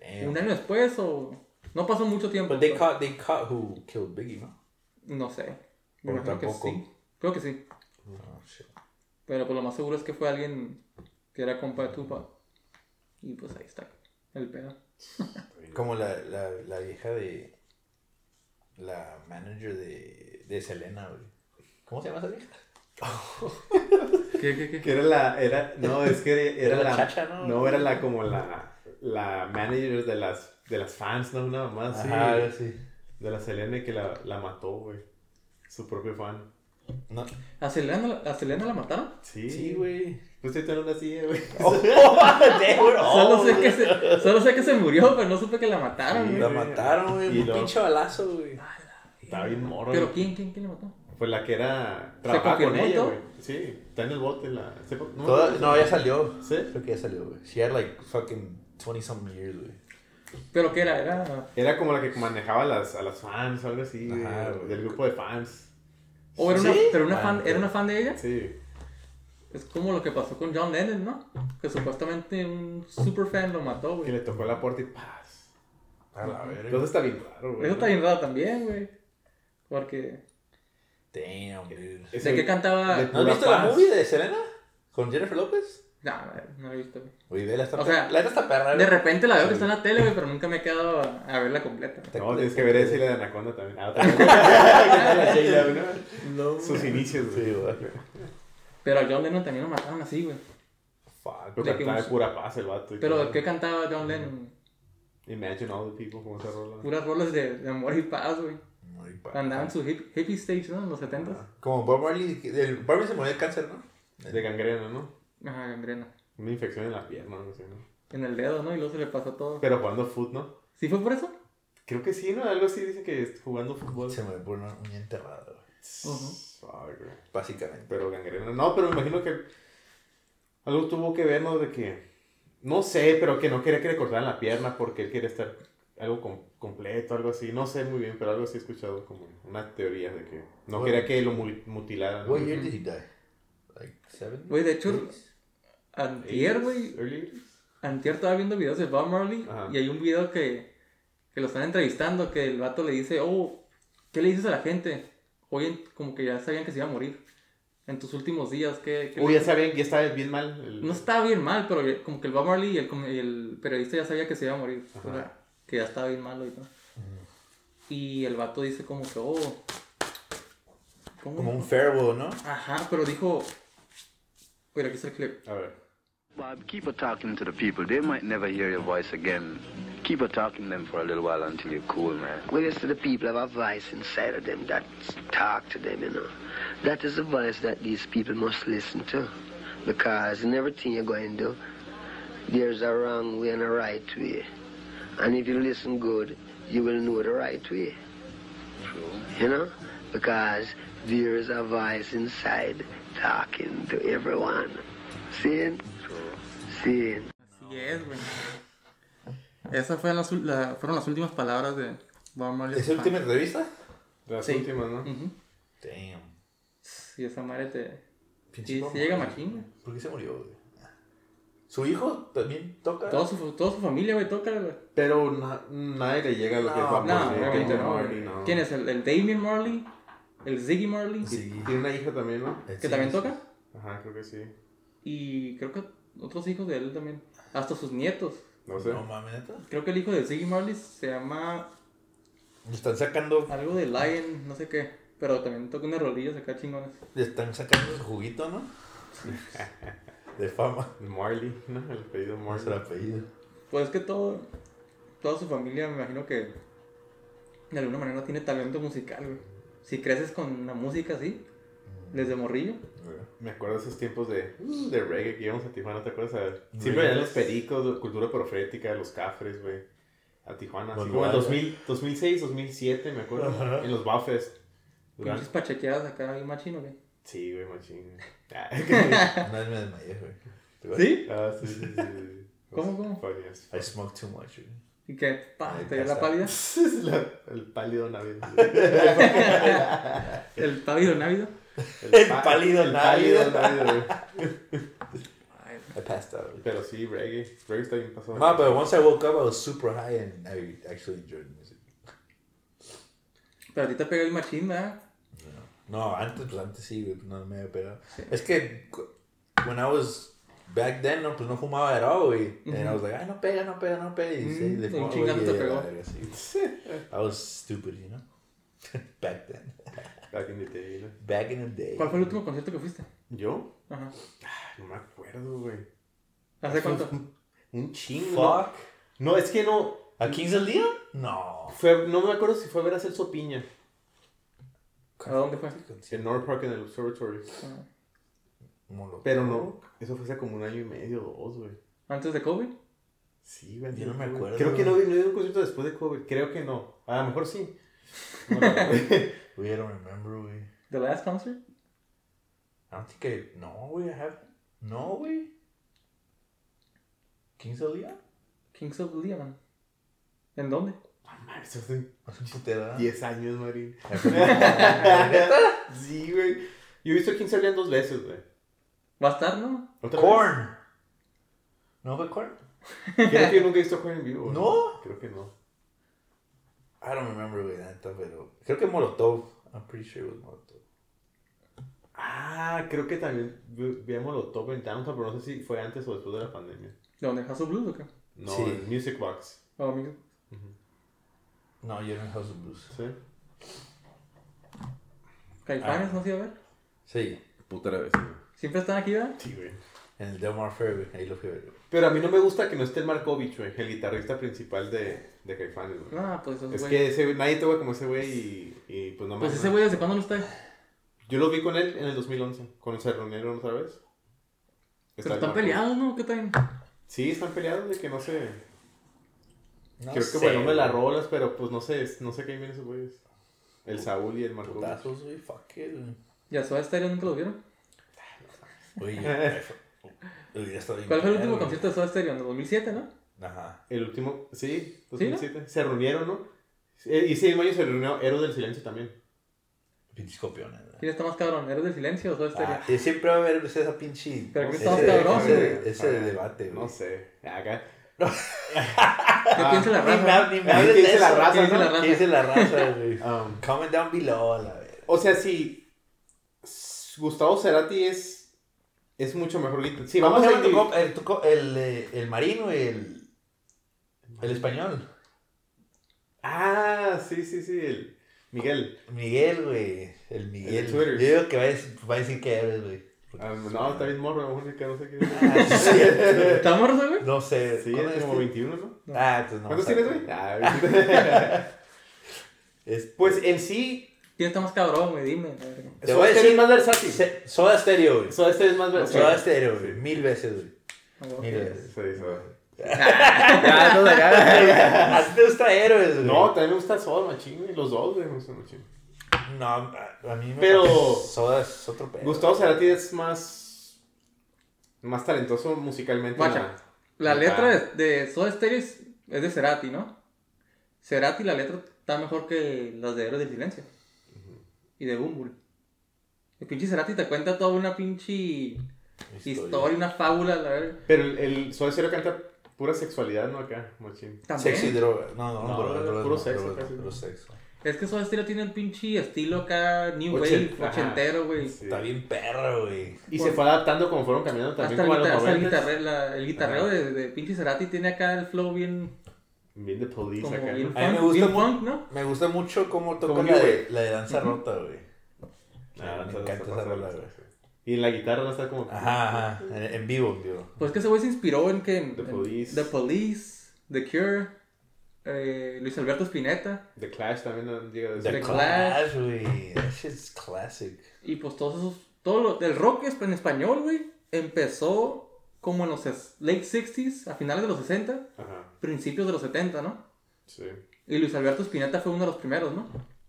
Speaker 2: Damn.
Speaker 3: ¿Un año después o...? No pasó mucho tiempo.
Speaker 2: But Pues, they
Speaker 3: pero-
Speaker 2: caught, they caught who killed Biggie, ¿no?
Speaker 3: No sé. Me
Speaker 2: Pero
Speaker 3: imagino que
Speaker 2: tampoco.
Speaker 3: sí. Creo que sí.
Speaker 2: Oh, shit.
Speaker 3: Pero pues lo más seguro es que fue alguien que era compa de Tupac. Y pues ahí está. El pedo.
Speaker 2: Como la, la, la vieja de. La manager de, de Selena, güey. ¿Cómo se llama esa vieja?
Speaker 3: ¿Qué, qué, qué?
Speaker 4: Que era la, era, no, es que era,
Speaker 2: Era la
Speaker 4: la,
Speaker 2: chacha, ¿no?
Speaker 4: era la como la, la manager de las, de las fans, ¿no? Una mamá así.
Speaker 2: Ajá, sí.
Speaker 4: De la Selena que la, la mató, güey. Su propio fan.
Speaker 2: No.
Speaker 3: ¿A Selena, a Selena la mataron?
Speaker 4: Sí. Pues
Speaker 2: Sí, güey.
Speaker 4: No estoy tan así, güey.
Speaker 2: Oh, they were all-
Speaker 3: Solo sé, que se, solo sé que se murió, pero no supe que la mataron.
Speaker 4: Sí,
Speaker 3: güey.
Speaker 2: La mataron, güey.
Speaker 4: Y
Speaker 2: Un
Speaker 4: lo-
Speaker 2: pinche balazo, güey.
Speaker 4: Estaba bien moro.
Speaker 3: ¿Pero
Speaker 4: güey.
Speaker 3: quién, quién, quién la mató?
Speaker 4: Fue Pues la que era. Trabajaba con
Speaker 3: confirmó
Speaker 4: ella,
Speaker 3: todo?
Speaker 4: güey. Sí, está en el bote. La... se- No,
Speaker 2: Toda- no, ya salió.
Speaker 4: ¿Sí?
Speaker 2: Creo que ya salió, güey. She had like fucking 20 something years, güey.
Speaker 3: ¿Pero qué era? Era...
Speaker 4: Era como la que manejaba a las, a las fans o algo así, güey,
Speaker 2: Ajá, güey.
Speaker 4: Del grupo de fans.
Speaker 3: ¿O era una,
Speaker 2: ¿Sí?
Speaker 3: pero una
Speaker 2: Ah,
Speaker 3: fan, era una fan de ella?
Speaker 4: Sí.
Speaker 3: Es como lo que pasó con John Lennon, ¿no? Que supuestamente un superfan lo mató, güey.
Speaker 4: Que le tocó la puerta y paz.
Speaker 2: A la verga.
Speaker 4: Entonces está bien raro, güey.
Speaker 3: Eso está bien raro también, güey. Porque...
Speaker 2: Damn, dude.
Speaker 4: Ese-
Speaker 3: ¿De qué cantaba?
Speaker 4: de-
Speaker 2: ¿No has
Speaker 4: eh, La
Speaker 2: visto la
Speaker 4: Paz.
Speaker 2: movie de Selena? ¿Con Jennifer López?
Speaker 3: No, güey, no la he visto, güey.
Speaker 2: Güey, vela, está
Speaker 3: O sea,
Speaker 2: perra. La neta está perra,
Speaker 3: De
Speaker 2: güey.
Speaker 3: repente la veo que está en la tele, güey, pero nunca me he quedado a, a verla completa.
Speaker 4: No, tienes que ver ese y la de Anaconda también. Ah, también. ¿Qué tal la Sheila, no?
Speaker 2: No,
Speaker 4: Sus inicios, güey.
Speaker 2: Sí, güey.
Speaker 3: Pero a John Lennon también lo mataron así, güey.
Speaker 2: Fuck.
Speaker 4: Pero
Speaker 3: De que
Speaker 4: cantaba
Speaker 3: un-
Speaker 4: pura paz el vato. y
Speaker 3: Pero
Speaker 4: todo.
Speaker 3: ¿qué cantaba John Lennon?
Speaker 4: Imagine all the people, como se rola.
Speaker 3: Puras rolas de, de amor y paz, güey.
Speaker 2: Muy padre.
Speaker 3: Andaba en su hip, hippie stage, ¿no? En los 70s.
Speaker 2: Como Bob Marley, el Bob Marley se murió de cáncer, ¿no?
Speaker 4: De gangrena, ¿no?
Speaker 3: Ajá, gangrena.
Speaker 4: Una infección en la pierna, no sé, ¿no?
Speaker 3: En el dedo, ¿no? Y luego se le pasó todo.
Speaker 4: Pero jugando foot, ¿no?
Speaker 3: ¿Sí fue por eso?
Speaker 4: Creo que sí, ¿no? Algo así dice que es jugando fútbol.
Speaker 2: Se murió por una uña enterrada, güey.
Speaker 4: Fuck, güey.
Speaker 2: Básicamente.
Speaker 4: Pero gangrena. No, pero me imagino que algo tuvo que ver, ¿no? De que. No sé, pero que no quería que le cortaran la pierna porque él quería estar algo com- completo, algo así. No sé muy bien, pero algo así he escuchado como una teoría de que no
Speaker 2: Bueno.
Speaker 4: quería que lo mul- mutilaran.
Speaker 2: What year did he die? Like seven?
Speaker 3: Güey, de hecho, antier, güey.
Speaker 4: Early 80s.
Speaker 3: Antier estaba viendo videos de Bob Marley.
Speaker 4: Ajá.
Speaker 3: Y hay un video que, que lo están entrevistando, que el vato le dice, oh, ¿qué le dices a la gente? Oye, como que ya sabían que se iba a morir. En tus últimos días, ¿qué, qué le
Speaker 4: Uy, ya sabían, ya estaba bien mal. el-
Speaker 3: No estaba bien mal, pero ya- como que el Bob Marley y el, com- y el periodista ya sabía que se iba a morir. o sea, que ya estaba bien malo y todo. Y el vato dice como que, oh. ¿cómo
Speaker 2: Como un
Speaker 3: dijo?
Speaker 2: farewell, ¿no?
Speaker 3: Ajá, pero dijo. Mira, aquí está el clip.
Speaker 4: A ver.
Speaker 5: Bob, keep a talking to the people. They might never hear your voice again. Keep a talking to them for a little while until you're cool, man.
Speaker 6: We listen to the people have a voice inside of them that talk to them, you know. That is the voice that these people must listen to. Because in everything you're going to do, there's a wrong way and a right way. And if you listen good, you will know the right way. You know? Because there is a voice inside talking to everyone. Seeing? Seeing.
Speaker 3: Así es, güey. Esas fueron las, ul- la- fueron las últimas palabras de Bob Marley.
Speaker 2: ¿Es la última entrevista?
Speaker 4: De las
Speaker 3: Sí.
Speaker 4: últimas, ¿no?
Speaker 3: Ujú.
Speaker 2: Damn.
Speaker 3: Y esa madre te.
Speaker 2: Pinche
Speaker 3: Y
Speaker 2: Bob
Speaker 3: se llega
Speaker 2: Marley.
Speaker 3: machín.
Speaker 2: ¿Por qué se murió, güey? ¿Su hijo también toca?
Speaker 3: Toda su, toda su familia, güey, toca, güey.
Speaker 4: Pero na- nadie le llega a lo que es
Speaker 2: No,
Speaker 4: Bob
Speaker 2: no,
Speaker 3: No,
Speaker 4: Marley,
Speaker 3: obviamente
Speaker 4: Bob
Speaker 3: no.
Speaker 4: pues Marley,
Speaker 3: güey.
Speaker 4: no.
Speaker 3: ¿Quién es? ¿El, el Damien Marley? ¿El Ziggy Marley?
Speaker 2: Sí.
Speaker 4: Tiene una hija también, ¿no?
Speaker 3: Que también toca.
Speaker 4: Ajá, creo que sí.
Speaker 3: Y creo que otros hijos de él también. Hasta sus nietos.
Speaker 4: No sé.
Speaker 2: No mames, neta.
Speaker 3: Creo que el hijo de Ziggy Marley se llama
Speaker 2: Le están sacando,
Speaker 3: algo de Lion, no sé qué. Pero también toca unas rodillas acá chingonas.
Speaker 2: le están sacando su juguito, ¿no? De fama.
Speaker 4: Marley, ¿no? El apellido
Speaker 2: ¿Cómo es el
Speaker 4: Marley.
Speaker 2: apellido?
Speaker 3: Pues es que todo, toda su familia me imagino que de alguna manera tiene talento musical, güey. Si creces con la música así, desde morrillo.
Speaker 4: Me acuerdo de esos tiempos de, uh, de reggae que íbamos a Tijuana, ¿te acuerdas? A- siempre eran los pericos, cultura profética, los cafres, güey. A Tijuana, así
Speaker 2: Los
Speaker 4: como en
Speaker 2: Guayas.
Speaker 4: 2000, 2006, 2007, me acuerdo. En los Buffets.
Speaker 3: Pinches pachequeadas acá, bien machino, güey.
Speaker 4: Sí, güey, machín. Ah,
Speaker 2: Una vez me desmayé, güey.
Speaker 3: ¿Sí?
Speaker 4: ah, sí, sí, sí, sí.
Speaker 3: ¿Cómo, cómo?
Speaker 4: Funny as
Speaker 2: I smoked too much, güey.
Speaker 3: Y que, pa,
Speaker 2: Ahí
Speaker 3: te dio la
Speaker 2: está.
Speaker 3: pálida.
Speaker 4: fuck. La- el pálido navideño.
Speaker 3: El pálido návido.
Speaker 2: El pálido
Speaker 4: el pálido
Speaker 2: navideño.
Speaker 4: navideño, güey.
Speaker 2: I passed out.
Speaker 4: Pero sí, reggae. Reggae está bien pasado.
Speaker 2: Ma, but once I woke up, I was super high and I actually enjoyed music.
Speaker 3: Pero a ti te pega el machín, ¿verdad?
Speaker 2: No, antes, pues antes sí, güey, pues no me había pegado. Es que, cu- when I was back then, no, pues no fumaba at all, güey. And I was like, ay, no pega, no pega, no pega. Y sí,
Speaker 3: Mm,
Speaker 2: le
Speaker 3: un
Speaker 2: fumaba,
Speaker 3: chingazo
Speaker 2: güey,
Speaker 3: te
Speaker 2: y a la
Speaker 3: pegó.
Speaker 2: verga, sí, güey. I was stupid, you know? back then.
Speaker 4: Back in the day, ¿no?
Speaker 2: Back in the day.
Speaker 3: ¿Cuál fue el último concierto que fuiste?
Speaker 4: ¿Yo?
Speaker 3: Ajá.
Speaker 4: Ah, No me acuerdo, güey.
Speaker 2: Ah,
Speaker 3: ¿Hace cuánto?
Speaker 4: Un chingo. ¿no?
Speaker 2: Fuck.
Speaker 4: No, es que no.
Speaker 2: ¿A Kings del Día? No.
Speaker 4: Fue, no me acuerdo si fue a ver a Celso Piña.
Speaker 3: ¿A dónde fue?
Speaker 4: En North Park en el Observatory.
Speaker 3: Ah,
Speaker 4: Pero no. Eso fue hace como un año y medio, dos, güey.
Speaker 3: ¿Antes de COVID?
Speaker 4: Sí, güey.
Speaker 2: Yo no me
Speaker 4: güey.
Speaker 2: acuerdo,
Speaker 4: Creo que no,
Speaker 2: güey.
Speaker 4: vi- no he ido a un concierto después de COVID. Creo que no. A lo mejor sí. No, no, güey.
Speaker 2: We don't remember, güey.
Speaker 3: ¿The last concert?
Speaker 2: I don't think I. No, güey, I haven't. No, güey. ¿Kings del Día?
Speaker 3: Kings of Leon. ¿En dónde?
Speaker 4: No, mames, eso hace
Speaker 2: Hace un putero, ¿eh?
Speaker 4: 10 años, Marín.
Speaker 2: Pero
Speaker 4: Sí, güey. Yo he visto a King Serbian dos veces, güey.
Speaker 3: ¿Va a estar, no?
Speaker 4: ¿Otra vez?
Speaker 2: Korn. ¿No fue Korn?
Speaker 4: Creo que yo nunca he visto a Korn en vivo. güey.
Speaker 2: ¿No?
Speaker 4: Creo que no.
Speaker 2: I don't remember, güey, la neta, pero. Creo que Molotov. I'm pretty sure it was Molotov.
Speaker 4: Ah, creo que también vi- veíamos lo top en Downtown, pero no sé si fue antes o después de la pandemia.
Speaker 3: ¿De dónde? ¿House of Blues o qué?
Speaker 4: No,
Speaker 2: Sí.
Speaker 4: en Music Box.
Speaker 3: Oh, amigo.
Speaker 2: No, yo era en House of Blues.
Speaker 4: ¿Sí?
Speaker 3: ¿Caifanes
Speaker 2: Ah.
Speaker 3: no se iba a ver?
Speaker 2: Sí,
Speaker 7: Puta vez.
Speaker 3: ¿Siempre están aquí, verdad?
Speaker 4: Sí, güey.
Speaker 2: en el Delmar Fair, güey. Ahí lo fui a ver. güey.
Speaker 4: Pero a mí no me gusta que no esté el Markovich, güey, el guitarrista principal de, de Caifanes, güey.
Speaker 3: No, pues esos
Speaker 4: es
Speaker 3: güey.
Speaker 4: que ese, güey- nadie toca como ese güey y, y pues no me.
Speaker 3: Pues ese güey, ¿desde cuándo no está?
Speaker 4: Yo lo vi con él en el 2011, cuando se reunieron otra vez.
Speaker 3: Pero
Speaker 4: Está el
Speaker 3: están
Speaker 4: Markovich.
Speaker 3: peleados, ¿no? ¿Qué tal?
Speaker 4: Sí, están peleados de que no sé.
Speaker 2: No
Speaker 4: Creo que
Speaker 2: sé,
Speaker 4: por el nombre de las
Speaker 2: güey.
Speaker 4: rolas, pero pues no sé, no sé qué hay bien esos güeyes. El Saúl y el Markovich.
Speaker 2: Putazos, güey, fuck it, güey.
Speaker 3: ¿Ya Soda Stereo nunca lo vieron?
Speaker 2: Güey, yo- hubiera estado bien
Speaker 3: ¿Cuál fue
Speaker 2: perro,
Speaker 3: el último
Speaker 2: güey.
Speaker 3: concierto de Soda Stereo? En el 2007, ¿no?
Speaker 2: Ajá.
Speaker 4: El último, sí,
Speaker 3: ¿Sí, no?
Speaker 4: 2007. Se reunieron, ¿no? Eh, Y ese mismo año se reunió Héroes del Silencio también.
Speaker 2: Pinches copiones, güey.
Speaker 3: ¿Quién está más cabrón? ¿Eres del silencio o Soda Stereo?
Speaker 2: Ah, sí, siempre va a haber pues, esa pinche.
Speaker 3: Pero que
Speaker 2: ese-
Speaker 3: estamos cabrones,
Speaker 2: Ese, ese debate, güey.
Speaker 4: Ah, No sé. Acá.
Speaker 3: ¿Qué piensa la
Speaker 2: Ni me
Speaker 3: raza?
Speaker 2: hab- ni me
Speaker 4: Ah,
Speaker 2: hables
Speaker 4: ¿qué
Speaker 2: de
Speaker 4: dice la
Speaker 2: eso,
Speaker 4: raza,
Speaker 2: ¿qué dice
Speaker 3: no?
Speaker 2: la raza? ¿Qué dice la raza, güey?
Speaker 4: Um,
Speaker 2: Comment down below, a la verga.
Speaker 4: o sea, si s- Gustavo Cerati es, es mucho mejor guitarrista. Sí,
Speaker 2: ¿Cómo
Speaker 4: vamos
Speaker 2: se
Speaker 4: a
Speaker 2: llama tu
Speaker 4: ir.
Speaker 2: compa- el, tu co- el, eh, el marino, el, el español?
Speaker 4: Ah, sí, sí, sí. El Miguel.
Speaker 2: Miguel, güey. El
Speaker 4: El
Speaker 2: Miguel.
Speaker 4: de Twitter.
Speaker 2: Yo digo que va a decir, va a decir que eres, güey.
Speaker 4: Um, no, está bien morro, la música, no sé qué.
Speaker 3: ¿Está morro, güey?
Speaker 2: No sé.
Speaker 4: Sí,
Speaker 2: Ah, ¿cuándo
Speaker 4: es como
Speaker 2: este?
Speaker 4: 21, ¿no?
Speaker 2: Ah, entonces no.
Speaker 4: ¿Cuántos
Speaker 2: sabe.
Speaker 4: tienes, güey? Ah,
Speaker 2: Es-
Speaker 4: pues en sí,
Speaker 3: ¿Quién está más cabrón, güey? Dime. la verga.
Speaker 2: Te
Speaker 4: te
Speaker 2: voy a
Speaker 4: es
Speaker 2: decir-
Speaker 4: más versátil.
Speaker 2: Se- Soda Stereo, güey.
Speaker 4: Soda Stereo es más
Speaker 2: Soda
Speaker 4: versátil.
Speaker 2: Stereo, güey. Mil veces, güey.
Speaker 3: A huevo.
Speaker 2: Mil veces.
Speaker 4: Sí, Soda.
Speaker 7: Ya, no,
Speaker 2: Ah,
Speaker 7: ya.
Speaker 2: A ti te gusta héroes, güey.
Speaker 4: No, también me gusta Soda, machín, güey. Los dos, güey, me gustan machín.
Speaker 2: No, a a mí me
Speaker 4: Pero-
Speaker 2: Soda es otro pedo.
Speaker 4: Gustavo Cerati es más. más talentoso musicalmente.
Speaker 3: Guacha, la letra de, de Soda Stereo es, es de Cerati, ¿no? Cerati, la letra está mejor que las de Héroes del Silencio. Y de Bumbul. El pinche Cerati te cuenta toda una pinche historia, una fábula, la verdad.
Speaker 4: Pero el, el Soda Stereo canta pura sexualidad, ¿no? Acá, machín.
Speaker 3: También.
Speaker 2: Sexo y droga. No, no,
Speaker 4: No,
Speaker 2: droga,
Speaker 4: no,
Speaker 2: droga,
Speaker 4: puro
Speaker 2: no,
Speaker 4: sexo
Speaker 2: droga,
Speaker 4: casi.
Speaker 2: Puro sexo.
Speaker 3: Es que Soda Stereo tiene el pinche estilo acá, New
Speaker 4: Ochen-
Speaker 3: Wave,
Speaker 4: ajá.
Speaker 3: ochentero, güey.
Speaker 4: Sí.
Speaker 2: Está bien perro, güey.
Speaker 4: Y se fue adaptando como fueron cambiando también
Speaker 3: Hasta, el,
Speaker 4: como a
Speaker 3: guitar-
Speaker 4: los
Speaker 3: hasta el
Speaker 4: noventas.
Speaker 3: guitarre- la- el guitarreo de, de pinche Cerati tiene acá el flow bien,
Speaker 4: Bien de police
Speaker 3: como
Speaker 4: acá.
Speaker 3: bien
Speaker 4: ¿no?
Speaker 2: A mí me
Speaker 3: funk,
Speaker 2: gusta
Speaker 3: bien
Speaker 2: mu-
Speaker 3: funk, ¿no?
Speaker 2: Me gusta mucho cómo toca
Speaker 4: Como
Speaker 2: la,
Speaker 4: New
Speaker 2: de,
Speaker 4: Wave.
Speaker 2: la de danza rota, güey.
Speaker 4: Ah,
Speaker 2: me
Speaker 4: está-
Speaker 2: encanta
Speaker 4: está
Speaker 2: esa
Speaker 4: pasando,
Speaker 2: rola,
Speaker 4: sí,
Speaker 2: güey.
Speaker 4: sí. Y en la guitarra va a estar como.
Speaker 2: Ajá, ajá. En, en vivo, en vivo.
Speaker 3: Pues que ese güey se inspiró en que en-
Speaker 4: The
Speaker 3: en
Speaker 4: Police.
Speaker 3: The Police, The Cure, eh, Luis Alberto Spinetta
Speaker 4: The Clash también no llega a
Speaker 2: The,
Speaker 4: decir.
Speaker 3: The
Speaker 2: Clash, güey. That shit's classic.
Speaker 3: y pues todos esos, todo lo, del rock es- en español, güey, empezó como en los ses- late 60s, a finales de los 60,
Speaker 4: Ajá,
Speaker 3: principios de los 70, ¿no?
Speaker 4: sí.
Speaker 3: Y Luis Alberto Spinetta fue uno de los primeros, ¿no?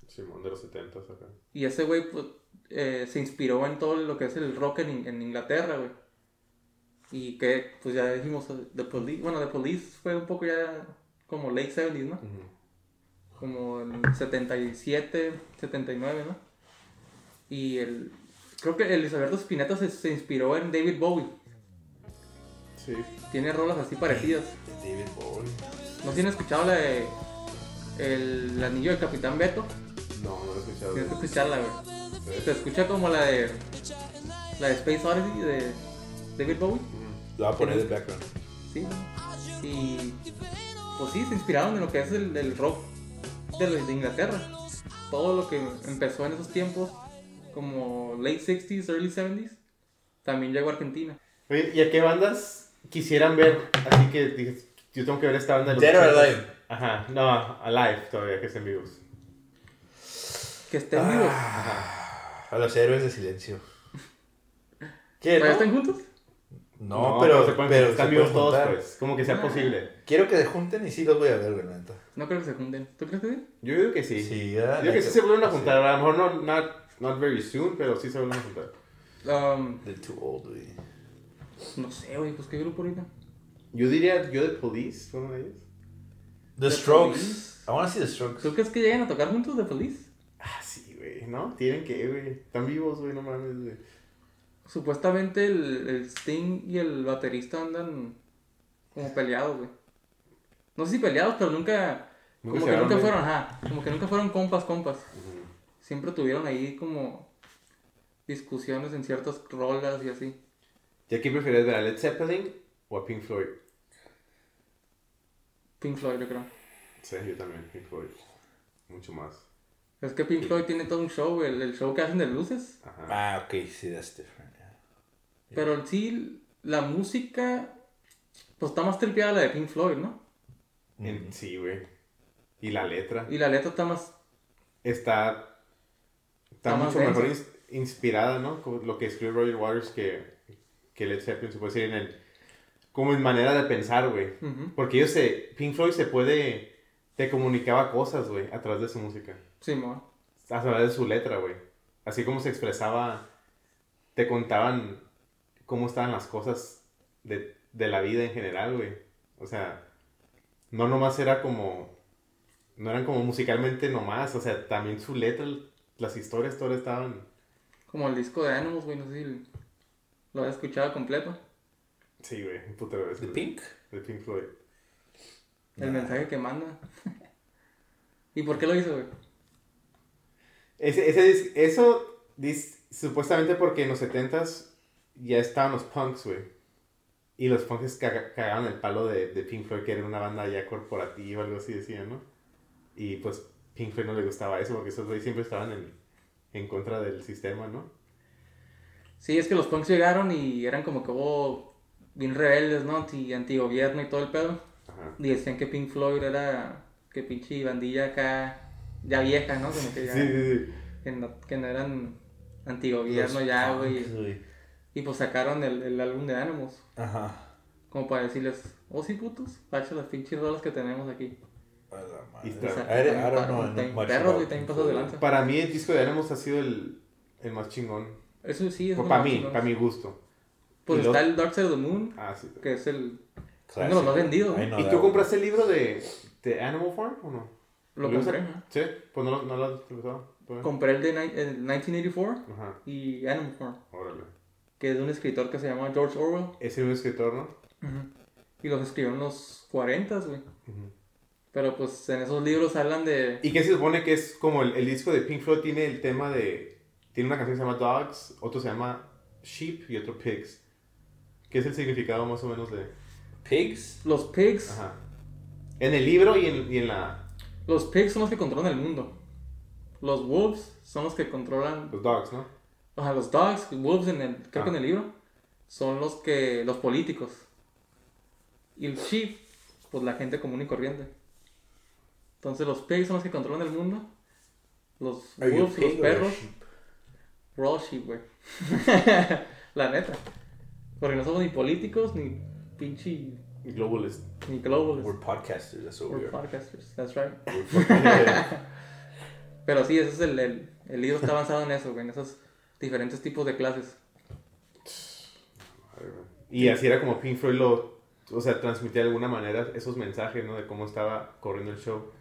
Speaker 4: Simón de los 70 acá.
Speaker 3: Y ese güey pues, eh, se inspiró en todo lo que es el rock en, In- en Inglaterra, güey. Y que, pues ya dijimos, eh, The Police, bueno, The Police fue un poco ya como late 70s, ¿no? Como el 77, 79, ¿no? Y el, creo que el Luis Alberto Spinetta se, se inspiró en David Bowie.
Speaker 4: Sí.
Speaker 3: Tiene rolas así parecidas.
Speaker 2: David Bowie.
Speaker 3: ¿No tienen escuchado la de El Anillo del Capitán Beto?
Speaker 4: No, no lo he escuchado.
Speaker 3: Tienes que escucharla, güey. Se
Speaker 4: Sí.
Speaker 3: escucha como la de. La de Space Odyssey de David Bowie.
Speaker 2: Lo voy a poner de background.
Speaker 3: Sí. Y. Pues sí, se inspiraron en lo que es el, el rock de, los- de Inglaterra. Todo lo que empezó en esos tiempos, como late 60s, early 70s, también llegó a Argentina.
Speaker 4: Oye, ¿y a qué bandas quisieran ver? Así que dices, yo tengo que ver esta banda de los
Speaker 2: Dead or
Speaker 4: 80s.
Speaker 2: Alive.
Speaker 4: Ajá, no, Alive todavía, que estén vivos.
Speaker 3: Que estén vivos.
Speaker 2: A los héroes de silencio.
Speaker 4: ¿Qué?
Speaker 3: ¿Todavía están juntos?
Speaker 2: No, pero,
Speaker 4: pues, se pueden-
Speaker 2: pero,
Speaker 4: están
Speaker 2: se
Speaker 4: vivos
Speaker 2: pueden
Speaker 4: todos,
Speaker 2: juntar.
Speaker 4: pues. Como que sea posible.
Speaker 2: Quiero que se junten y sí los voy a ver, güey, la neta.
Speaker 3: No creo que se junten. ¿Tú crees que sí?
Speaker 4: Yo digo que sí.
Speaker 2: Sí, ya,
Speaker 4: Yo digo que
Speaker 2: neta.
Speaker 4: sí se vuelven a
Speaker 2: Sí.
Speaker 4: juntar. A lo mejor no not, not very soon, pero sí se vuelven a juntar.
Speaker 3: Um,
Speaker 2: They're too old, güey.
Speaker 3: no sé, güey, pues qué grupo ahorita.
Speaker 4: Yo diría, yo de Police, fue uno de ellos.
Speaker 2: The Strokes. I want to see The Strokes.
Speaker 3: ¿Tú crees que llegan a tocar juntos de feliz?
Speaker 4: Ah, sí, güey. No, tienen que, güey. Están vivos, güey, no mames, güey.
Speaker 3: Supuestamente el, el Sting y el baterista andan como peleados, güey. No sé si peleados, pero nunca.
Speaker 4: Nunca
Speaker 3: como
Speaker 4: se
Speaker 3: que nunca
Speaker 4: hablaron,
Speaker 3: fueron, ajá. Como que nunca fueron compas, compas. Siempre tuvieron ahí como discusiones en ciertas rolas y así.
Speaker 4: ¿Y aquí prefieres ver a Led Zeppelin o a Pink Floyd?
Speaker 3: Pink Floyd, yo creo.
Speaker 4: Sí, yo también, Pink Floyd. Mucho más.
Speaker 3: Es que Pink Floyd tiene todo un show, güey, el, el show que hacen de luces.
Speaker 4: Ajá.
Speaker 2: Ah, ok, sí, that's different. yeah.
Speaker 3: Pero en sí, la música. Pues está más tripeada la de Pink Floyd, ¿no?
Speaker 4: En- sí, güey. Y la letra.
Speaker 3: Y la letra está más.
Speaker 4: Está. Está
Speaker 3: Está más
Speaker 4: mucho mejor
Speaker 3: densa.
Speaker 4: ins- inspirada, ¿no? Como lo que escribió Roger Waters que, que Led Zeppelin se puede decir en el. Como en manera de pensar, güey.
Speaker 3: Ujú.
Speaker 4: Porque ellos se. Pink Floyd se puede. Te comunicaba cosas, güey, a través de su música.
Speaker 3: Simón.
Speaker 4: a través de su letra, güey. Así como se expresaba, te contaban cómo estaban las cosas de, de la vida en general, güey. O sea, no nomás era como, no eran como musicalmente nomás, o sea, también su letra, las historias, todas estaban...
Speaker 3: Como el disco de Animals, güey, no sé si lo has escuchado completo.
Speaker 4: Sí, güey, un putero de veces,
Speaker 2: The
Speaker 4: güey.
Speaker 2: Pink?
Speaker 4: De Pink Floyd.
Speaker 3: El mensaje que manda. ¿Y por qué lo hizo, güey?
Speaker 4: Ese, ese, dis- eso, dis- supuestamente porque en los 70s ya estaban los punks, güey. Y los punks caga- cagaban el palo de, de Pink Floyd, que era una banda ya corporativa, algo así decían, ¿no? Y pues Pink Floyd no le gustaba eso, porque esos güeyes siempre estaban en, en contra del sistema, ¿no?
Speaker 3: Sí, es que los punks llegaron y eran como que, oh, bien rebeldes, ¿no? Anti, antigobierno y todo el pedo.
Speaker 4: Ajá.
Speaker 3: Y decían que Pink Floyd era que pinche bandilla acá, ya vieja, ¿no? Como que
Speaker 4: Sí,
Speaker 3: ya,
Speaker 4: sí, sí.
Speaker 3: Que, no, que no eran antigobierno ya, güey.
Speaker 2: Punks, güey.
Speaker 3: Y pues sacaron el, el álbum de Animals.
Speaker 2: Ajá.
Speaker 3: Como para decirles, oh sí putos, pacha las pinches rolas que tenemos aquí.
Speaker 2: A la madre.
Speaker 4: Y está-
Speaker 2: I don't- I don't know
Speaker 3: Está-
Speaker 2: much
Speaker 3: perros, güey,
Speaker 2: about
Speaker 3: también
Speaker 2: Pink
Speaker 3: pasó de
Speaker 2: Floyd.
Speaker 3: lanza.
Speaker 4: Para mí el disco de Animals ha sido el, el más chingón.
Speaker 3: Eso sí es.
Speaker 4: Pues,
Speaker 3: uno
Speaker 4: para
Speaker 3: de los
Speaker 4: mí,
Speaker 3: chingones.
Speaker 4: para mi gusto.
Speaker 3: Pues
Speaker 4: y lo-
Speaker 3: está el Dark Side of the Moon,
Speaker 4: Ah, sí.
Speaker 3: que es el.
Speaker 2: Classic.
Speaker 3: No, lo has vendido.
Speaker 2: I know
Speaker 4: ¿Y
Speaker 2: that
Speaker 4: tú
Speaker 2: one.
Speaker 4: compraste el libro de, de Animal Farm o no?
Speaker 3: Lo
Speaker 4: ¿Lo
Speaker 3: compré.
Speaker 4: usa? Sí, pues no lo, no lo has utilizado. todavía.
Speaker 3: Compré el de ni- el 1984
Speaker 4: Ajá,
Speaker 3: y Animal Farm,
Speaker 4: órale.
Speaker 3: que es de un escritor que se llama George Orwell.
Speaker 4: Es el mismo escritor, ¿no?
Speaker 3: Y los escribió en los 40, güey. Pero pues en esos libros hablan de.
Speaker 4: ¿Y qué se supone que es como el, el disco de Pink Floyd tiene el tema de... Tiene una canción que se llama Dogs, otro se llama Sheep y otro Pigs. ¿Qué es el significado más o menos de...?
Speaker 2: Pigs?
Speaker 3: Los pigs.
Speaker 4: Ajá. En el libro y en, y en la...
Speaker 3: Los pigs son los que controlan el mundo. Los wolves son los que controlan
Speaker 4: Los Dogs, ¿no?
Speaker 3: O sea, los dogs, wolves, en el, creo que
Speaker 2: Ah.
Speaker 3: en el libro, son los que los políticos. Y el sheep, pues la gente común y corriente. Entonces los pigs son los que controlan el mundo. Los
Speaker 2: Are you
Speaker 3: wolves, los
Speaker 2: pig or a
Speaker 3: perros.
Speaker 2: sheep?
Speaker 3: We're all sheep, güey. La neta. Porque no somos ni políticos, ni pinche,
Speaker 4: Globalist.
Speaker 3: ni globalists.
Speaker 2: We're podcasters, that's what we
Speaker 3: We're
Speaker 2: are.
Speaker 3: podcasters, that's right.
Speaker 2: We're fucking-
Speaker 3: Pero sí, ese es el, el, el libro está avanzado en eso, güey, en esos diferentes tipos de clases.
Speaker 4: Y así era como Pink Floyd lo, o sea, transmitía de alguna manera esos mensajes, ¿no? De cómo estaba corriendo el show.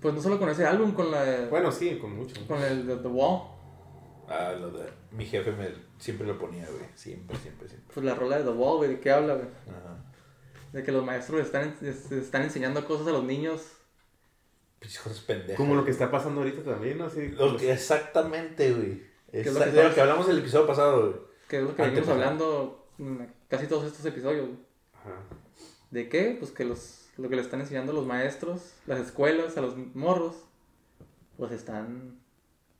Speaker 3: Pues no solo con ese álbum, con la
Speaker 4: Bueno, sí, con mucho.
Speaker 3: con el de The Wall,
Speaker 2: Ah, lo de. Mi jefe me, siempre lo ponía, güey. Siempre, siempre, siempre.
Speaker 3: pues la rola de The Wall, güey, ¿de qué habla, güey?
Speaker 2: Ajá.
Speaker 3: De que los maestros están, es- están enseñando cosas a los niños.
Speaker 2: Pinches cosas pendejas.
Speaker 4: Como lo que está pasando ahorita también, ¿no? Así,
Speaker 2: Lo que- exactamente, güey.
Speaker 3: es lo
Speaker 2: Exact-
Speaker 3: que
Speaker 2: de lo
Speaker 3: pasa?
Speaker 2: que hablamos en el episodio pasado, güey.
Speaker 3: Que es lo que
Speaker 2: Antes
Speaker 3: venimos
Speaker 2: de-
Speaker 3: hablando en casi todos estos episodios. güey.
Speaker 4: Ajá.
Speaker 3: ¿De qué? Pues que los, lo que le están enseñando los maestros, las escuelas, a los morros, pues están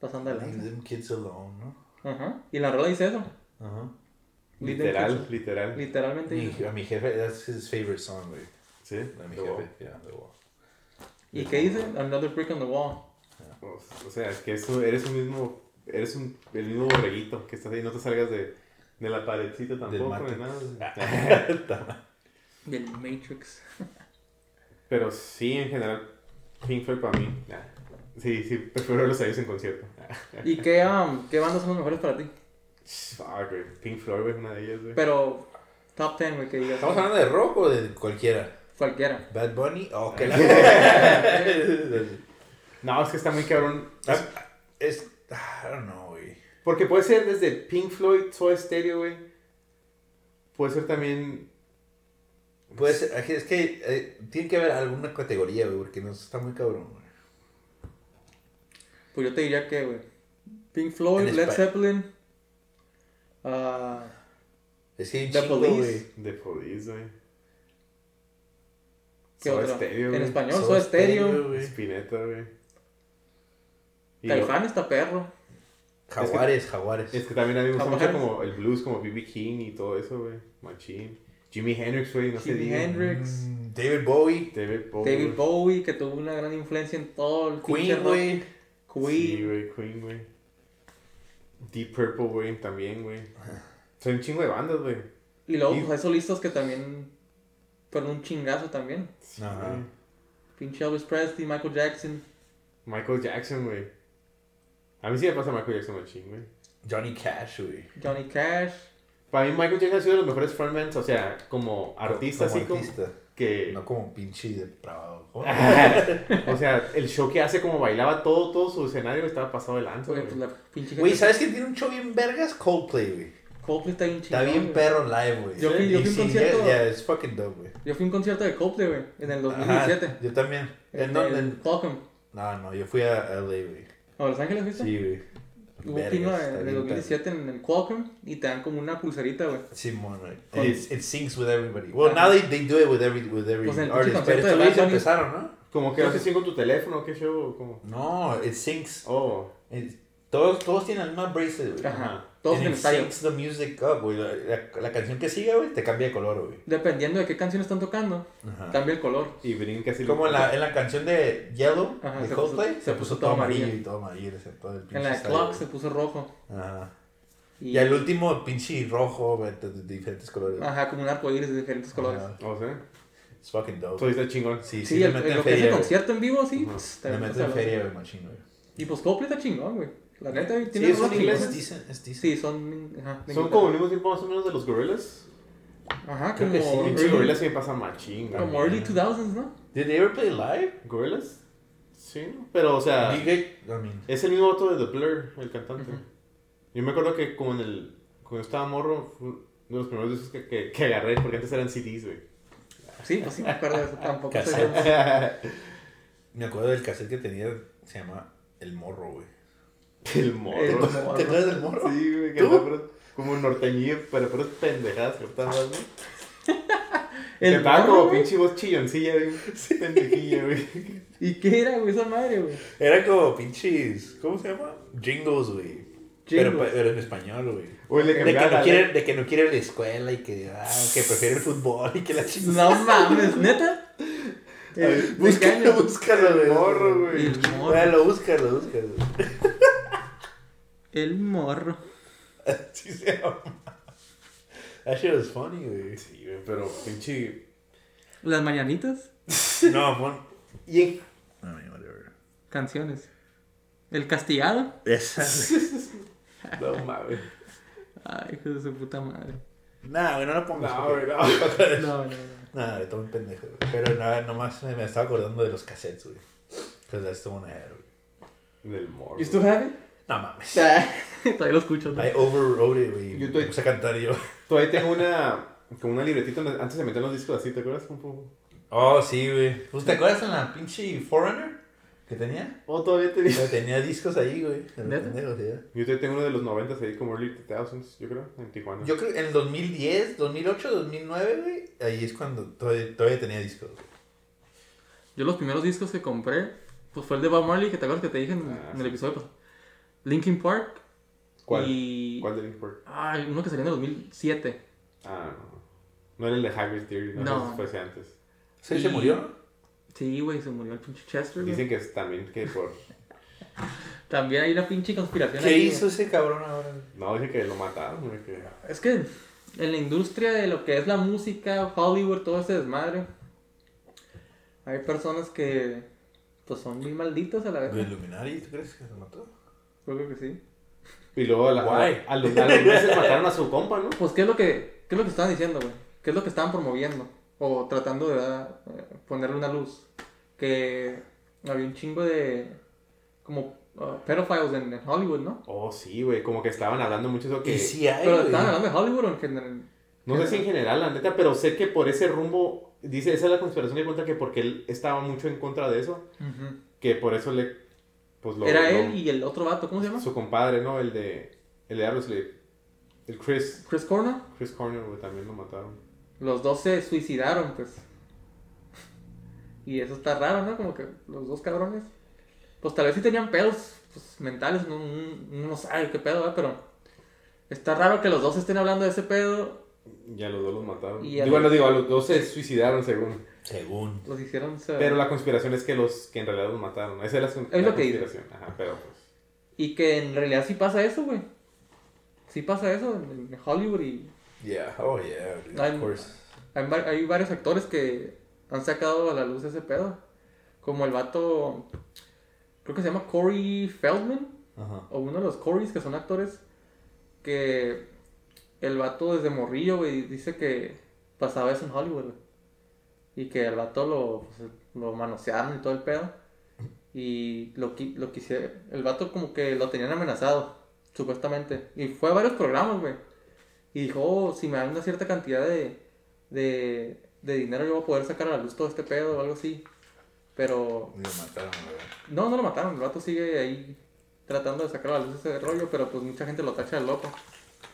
Speaker 3: pasando
Speaker 2: Leave
Speaker 3: adelante.
Speaker 2: them kids alone, ¿no?
Speaker 3: Ajá. Y la rola dice eso.
Speaker 2: Ajá.
Speaker 4: Literal, literal.
Speaker 3: Literalmente.
Speaker 2: Mi,
Speaker 3: dice.
Speaker 2: a mi jefe, that's his favorite song, güey.
Speaker 4: Sí.
Speaker 2: A mi
Speaker 4: The
Speaker 2: jefe,
Speaker 4: Wall.
Speaker 2: yeah, The Wall.
Speaker 3: ¿Y qué dice? Another brick on the wall.
Speaker 4: O o sea, que eso, eres un mismo, eres un, el mismo borreguito que estás ahí, no te salgas de, de la paredcita tampoco,
Speaker 2: Del Ah.
Speaker 4: de
Speaker 2: Matrix.
Speaker 4: nada.
Speaker 3: Del Matrix.
Speaker 4: Pero sí, en general, Pink Floyd para mí. nah. Sí, sí, prefiero los años en concierto.
Speaker 3: ¿Y qué, um, qué bandas son las mejores para ti?
Speaker 4: Ah, güey, Pink Floyd, güey, una de ellas, güey.
Speaker 3: Pero top 10, güey, que digas.
Speaker 2: ¿Estamos hablando de rock o de cualquiera?
Speaker 3: Cualquiera.
Speaker 2: Bad Bunny, oh, que la-
Speaker 4: No, es que está muy cabrón.
Speaker 2: es, I don't know, güey.
Speaker 4: Porque puede ser desde Pink Floyd, Soda Stereo, güey. Puede ser también...
Speaker 2: Puede ser, es que- es que eh, tiene que haber alguna categoría, güey, porque no está muy cabrón, güey.
Speaker 3: Pues yo te diría que, güey. Pink Floyd,
Speaker 2: En
Speaker 3: Led
Speaker 2: Espa-
Speaker 3: Zeppelin. ah,
Speaker 2: Es que hay un
Speaker 3: The
Speaker 2: chingo,
Speaker 3: Police.
Speaker 2: güey.
Speaker 4: The Police, güey.
Speaker 3: ¿Qué
Speaker 4: Soda
Speaker 3: otro?
Speaker 4: Stereo,
Speaker 3: en
Speaker 4: güey.
Speaker 3: español,
Speaker 2: Soda
Speaker 3: Soda Stereo.
Speaker 2: güey.
Speaker 4: Spinetta, güey. Y lo-
Speaker 3: Calfán está perro.
Speaker 2: Jaguares, jaguares.
Speaker 4: Es que también a mí me gusta
Speaker 3: Jaguares.
Speaker 4: mucho como el blues, como B.B. King y todo eso, güey. Machine. Jimi Hendrix, güey, no se
Speaker 3: Jimi
Speaker 4: diga.
Speaker 3: Hendrix.
Speaker 2: Mm, David Bowie,
Speaker 4: David Bowie.
Speaker 3: David Bowie, que tuvo una gran influencia en todo el pinche
Speaker 2: Queen,
Speaker 3: rock.
Speaker 2: güey.
Speaker 4: Sí,
Speaker 3: Queen.
Speaker 4: güey, Queen, güey. Deep Purple, güey, también, güey. Son un chingo de bandas, güey.
Speaker 3: y luego,
Speaker 4: Y-
Speaker 3: pues, hay solistas que también fueron un chingazo también.
Speaker 2: Ajá.
Speaker 4: güey.
Speaker 3: Pinche Elvis Presley, Michael Jackson.
Speaker 4: Michael Jackson, güey. A mí sí me pasa Michael Jackson machín, güey.
Speaker 2: Johnny Cash, güey.
Speaker 3: Johnny Cash.
Speaker 4: Para mí Michael Jackson ha sido de los mejores frontmans, o sea, como artista,
Speaker 2: Como
Speaker 4: así como
Speaker 2: artista.
Speaker 4: que...
Speaker 2: No como pinche depravado.
Speaker 4: O sea, el show que hace como bailaba todo, todo su escenario estaba pasado de lanza,
Speaker 3: Güey,
Speaker 4: güey.
Speaker 3: pues la pinche
Speaker 2: Güey,
Speaker 3: gente-
Speaker 2: ¿sabes quién tiene un show bien vergas? Coldplay, güey.
Speaker 3: Coldplay está bien chingón.
Speaker 2: Está bien
Speaker 3: güey.
Speaker 2: perro live, güey.
Speaker 3: Yo fui- yo
Speaker 2: Y
Speaker 3: fui a un
Speaker 2: sí,
Speaker 3: concierto-
Speaker 2: Yeah, yeah, it's fucking dope, güey.
Speaker 3: Yo fui a un concierto de Coldplay, güey, en el
Speaker 2: Ajá,
Speaker 3: 2017.
Speaker 2: Yo también. ¿En
Speaker 3: En
Speaker 2: dónde?
Speaker 3: el Token.
Speaker 2: No, no, yo fui a LA, güey.
Speaker 3: ¿A Los Ángeles fuiste?
Speaker 2: Sí, güey.
Speaker 3: Hubo un
Speaker 2: Vergas,
Speaker 3: pino en
Speaker 2: está
Speaker 3: en el
Speaker 2: bien
Speaker 3: 2017 en el Qualcomm y te dan como una pulserita, güey.
Speaker 2: Simón, güey.
Speaker 4: Con-
Speaker 2: It's- It syncs with everybody. Well,
Speaker 3: Ajá.
Speaker 2: now they, they do it with every, with every
Speaker 3: Pues en el pinche
Speaker 2: artist. Pero
Speaker 3: concierto de
Speaker 2: estos güeyes
Speaker 3: Bad Bunny-
Speaker 2: empezaron, ¿no?
Speaker 4: Como que no sé si con tu teléfono, qué show, como...
Speaker 2: No, it syncs.
Speaker 4: Oh,
Speaker 2: It- todos, todos tienen la misma bracelet, güey.
Speaker 3: Ajá.
Speaker 2: Todos
Speaker 3: Todos en el
Speaker 2: it
Speaker 3: estadio.
Speaker 2: syncs the music up, güey. La, la- la canción que sigue, güey, te cambia de color, güey.
Speaker 3: Dependiendo de qué canción están tocando,
Speaker 2: Ajá.
Speaker 3: cambia el color.
Speaker 4: y brinca así...
Speaker 2: Como en la, en la canción de Yellow,
Speaker 3: Ajá,
Speaker 2: de
Speaker 3: se puso-
Speaker 2: Coldplay, se, puso todo amarillo y todo amarillo. ese- todo el
Speaker 3: En
Speaker 2: pinche
Speaker 3: la de
Speaker 2: estadio,
Speaker 3: Clock
Speaker 2: güey.
Speaker 3: se puso rojo.
Speaker 2: Ajá.
Speaker 3: Y,
Speaker 2: Y al último, pinche rojo, güey, de, de diferentes colores.
Speaker 3: Ajá, como un arcoíris de diferentes colores.
Speaker 2: Ajá.
Speaker 4: O sea,
Speaker 2: It's fucking dope.
Speaker 4: todo está chingón.
Speaker 2: sí, sí,
Speaker 3: Sí,
Speaker 2: le
Speaker 3: el, el-
Speaker 2: meten
Speaker 3: lo que es el
Speaker 2: feria. güey.
Speaker 3: concierto en vivo, sí.
Speaker 4: Ujú.
Speaker 3: pss, te
Speaker 2: Le
Speaker 3: metes
Speaker 2: meten
Speaker 3: a la-
Speaker 2: feria, güey, machín, güey.
Speaker 3: Y pues Coldplay está chingón, güey. La neta, güey, tiene
Speaker 4: Sí,
Speaker 3: rolas
Speaker 4: son ingleses.
Speaker 3: chingonas.
Speaker 2: decent, es decent.
Speaker 3: Sí, son. Ajá, de
Speaker 4: Son
Speaker 3: guitarra.
Speaker 4: como el mismo tiempo más o menos de los Gorillaz.
Speaker 3: Ajá,
Speaker 2: Creo
Speaker 3: como.
Speaker 2: que sí,
Speaker 4: Pinche
Speaker 3: early-
Speaker 4: Gorillaz sí me pasa machín, güey.
Speaker 3: Como early 2000s, ¿no?
Speaker 2: Did they ever play live?
Speaker 4: ¿Gorillaz? Sí, ¿no? pero o
Speaker 3: Ah.
Speaker 4: sea...
Speaker 2: You get- I mean,
Speaker 4: Es el mismo voto de The Blur, el cantante. Yo me acuerdo que como en el... Cuando estaba morro, fue uno de los primeros discos que, que, que agarré, porque antes eran CDs, güey.
Speaker 3: Sí, pues sí me acuerdo de eso. Tampoco soy
Speaker 2: Cassette.
Speaker 3: yo-
Speaker 2: me acuerdo del cassette que tenía, se llama El Morro, güey.
Speaker 4: el
Speaker 3: El
Speaker 4: morro.
Speaker 3: morro.
Speaker 2: ¿Te acuerdas del Morro?
Speaker 4: Sí, güey, que
Speaker 2: ¿Tú?
Speaker 4: andaba puras- como norteñillo, pero puras pendejadas cortadas, ¿no?
Speaker 3: El
Speaker 4: Que estaba
Speaker 3: morro,
Speaker 4: como
Speaker 3: güey.
Speaker 4: pinche voz chilloncilla, güey. Pendejilla, güey.
Speaker 3: ¿Y qué era, güey, esa madre, güey?
Speaker 2: Era como pinches, ¿cómo se llama? Jingles, güey. Pero,
Speaker 3: Jingles.
Speaker 2: pero en español, güey.
Speaker 4: Oye, le
Speaker 2: De que,
Speaker 4: cambiaba
Speaker 2: no
Speaker 4: la
Speaker 2: quiere, de que no quiere la escuela y que, ah, que prefiere el fútbol y que la chingada.
Speaker 3: No mames, neta.
Speaker 2: Búscalo, búscalo, güey.
Speaker 4: Morro, güey.
Speaker 3: El morro.
Speaker 2: Bueno, búscalo, búscalo.
Speaker 3: El morro.
Speaker 2: Sí se llama. That shit was funny, güey.
Speaker 4: Sí, güey, pero pinche.
Speaker 3: Las mañanitas.
Speaker 2: No, fun.
Speaker 4: Y en-
Speaker 1: I mean, whatever.
Speaker 3: Canciones. El castigado.
Speaker 1: Esa, güey.
Speaker 4: No mames.
Speaker 3: Ay, hijo de su puta madre.
Speaker 2: Nah, güey, no lo pongas.
Speaker 4: No,
Speaker 2: porque-
Speaker 4: güey, no.
Speaker 3: No, no, no.
Speaker 2: Nada, le tomo un pendejo. güey. Pero nada, nomás me, me estaba acordando de los cassettes, güey. Because that's the one I had, güey.
Speaker 4: Del morro.
Speaker 3: ¿Y tú, Javi?
Speaker 2: No mames.
Speaker 3: Todavía lo escucho. ¿no?
Speaker 2: I overrode it, güey.
Speaker 4: Yo
Speaker 2: Yo
Speaker 4: estoy-
Speaker 2: te puse a cantar y yo.
Speaker 4: Todavía tengo una. Como una libretita. donde- Antes se metían los discos así, ¿te acuerdas? Un poco.
Speaker 2: Oh, sí, güey. Pues, ¿Te acuerdas en la pinche Foreigner que tenía?
Speaker 4: Oh, todavía tenía.
Speaker 2: Yo tenía discos ahí, güey. de los
Speaker 3: ¿Neta?
Speaker 2: pendejos, ya.
Speaker 4: Yo todavía tengo uno de los 90 ahí, como early 2000s, yo creo, en Tijuana.
Speaker 2: Yo creo que en el 2010, 2008, 2009, güey. Ahí es cuando todavía, todavía tenía discos. güey.
Speaker 3: Yo los primeros discos que compré, pues fue el de Bob Marley, que te acuerdas que te dije en,
Speaker 4: Ah,
Speaker 3: en el episodio pasado. Linkin Park.
Speaker 4: ¿Cuál?
Speaker 3: Y...
Speaker 4: ¿Cuál de Linkin Park?
Speaker 3: Ay, uno que salió en el 2007.
Speaker 4: Ah, no. No era el de Hybrid Theory, no,
Speaker 3: No.
Speaker 4: ese fue ese antes.
Speaker 2: Sí,
Speaker 3: Y-
Speaker 2: se murió, ¿no?
Speaker 3: Sí, güey, se murió el pinche Chester. güey.
Speaker 4: Dicen que es también que por.
Speaker 3: También hay una pinche conspiración.
Speaker 2: ¿Qué
Speaker 3: ahí,
Speaker 2: hizo ese cabrón ahora? güey?
Speaker 4: No, dicen que lo mataron, güey, que.
Speaker 3: güey. Es que en la industria de lo que es la música, Hollywood, todo ese desmadre, hay personas que pues son bien malditas a la
Speaker 2: ¿Los
Speaker 3: vez.
Speaker 2: Illuminati? ¿Tú crees que se mató?
Speaker 3: Yo creo que sí.
Speaker 4: Y luego a, la-
Speaker 2: Guay.
Speaker 4: a los, a los meses mataron a su compa, ¿no?
Speaker 3: Pues, ¿qué es lo que, qué es lo que estaban diciendo, güey? ¿Qué es lo que estaban promoviendo? O tratando de ¿verdad? Eh, ponerle una luz. Que había un chingo de. como. uh, pedophiles en, en Hollywood, ¿no?
Speaker 4: Oh, sí, güey, como que estaban hablando mucho de eso que.
Speaker 2: Y sí hay,
Speaker 3: Pero
Speaker 2: güey.
Speaker 3: estaban hablando de Hollywood o en general.
Speaker 4: No sé si en general, la neta, pero sé que por ese rumbo. Dice, esa es la conspiración que cuenta que porque él estaba mucho en contra de eso, que por eso le. Pues lo.
Speaker 3: Era
Speaker 4: lo-
Speaker 3: él y el otro vato, ¿cómo se llama?
Speaker 4: Su compadre, ¿no? El de. El de Aerosmith. El Chris.
Speaker 3: Chris Corner.
Speaker 4: Chris Corner, güey, también lo mataron.
Speaker 3: Los dos se suicidaron, pues. Y eso está raro, ¿no? Como que los dos cabrones. Pues tal vez sí tenían pedos pues, mentales, no, no, no sabe qué pedo, ¿verdad? Pero está raro que los dos estén hablando de ese pedo.
Speaker 4: Ya los dos los mataron.
Speaker 3: Y a
Speaker 4: Digo, bueno,
Speaker 3: los-
Speaker 4: digo, a los dos se suicidaron según.
Speaker 2: Según.
Speaker 3: Los hicieron. se-
Speaker 4: Pero la conspiración es que los que en realidad los mataron. Esa es la, es
Speaker 3: Es lo que dice.
Speaker 4: conspiración. Ajá, pero pues.
Speaker 3: Y que en realidad sí pasa eso, güey. Sí pasa eso en en Hollywood y
Speaker 2: Yeah, oh yeah, dude,
Speaker 3: Ay,
Speaker 2: of course.
Speaker 3: Hay, va- hay varios actores que han sacado a la luz ese pedo. Como el vato, creo que se llama Corey Feldman,
Speaker 2: Ajá.
Speaker 3: o uno de los Coreys que son actores, que el vato desde morrillo, güey, dice que pasaba eso en Hollywood, güey. Y que el vato lo, pues, lo manosearon y todo el pedo. Y lo, qui- lo quise, el vato como que lo tenían amenazado, supuestamente. Y fue a varios programas, güey. Y dijo, "Oh, si me dan una cierta cantidad de, de, de dinero yo voy a poder sacar a la luz todo este pedo o algo así. Pero
Speaker 2: Y Lo mataron, güey.
Speaker 3: no, no lo mataron, el vato sigue ahí tratando de sacar a la luz ese rollo, pero pues mucha gente lo tacha de loco.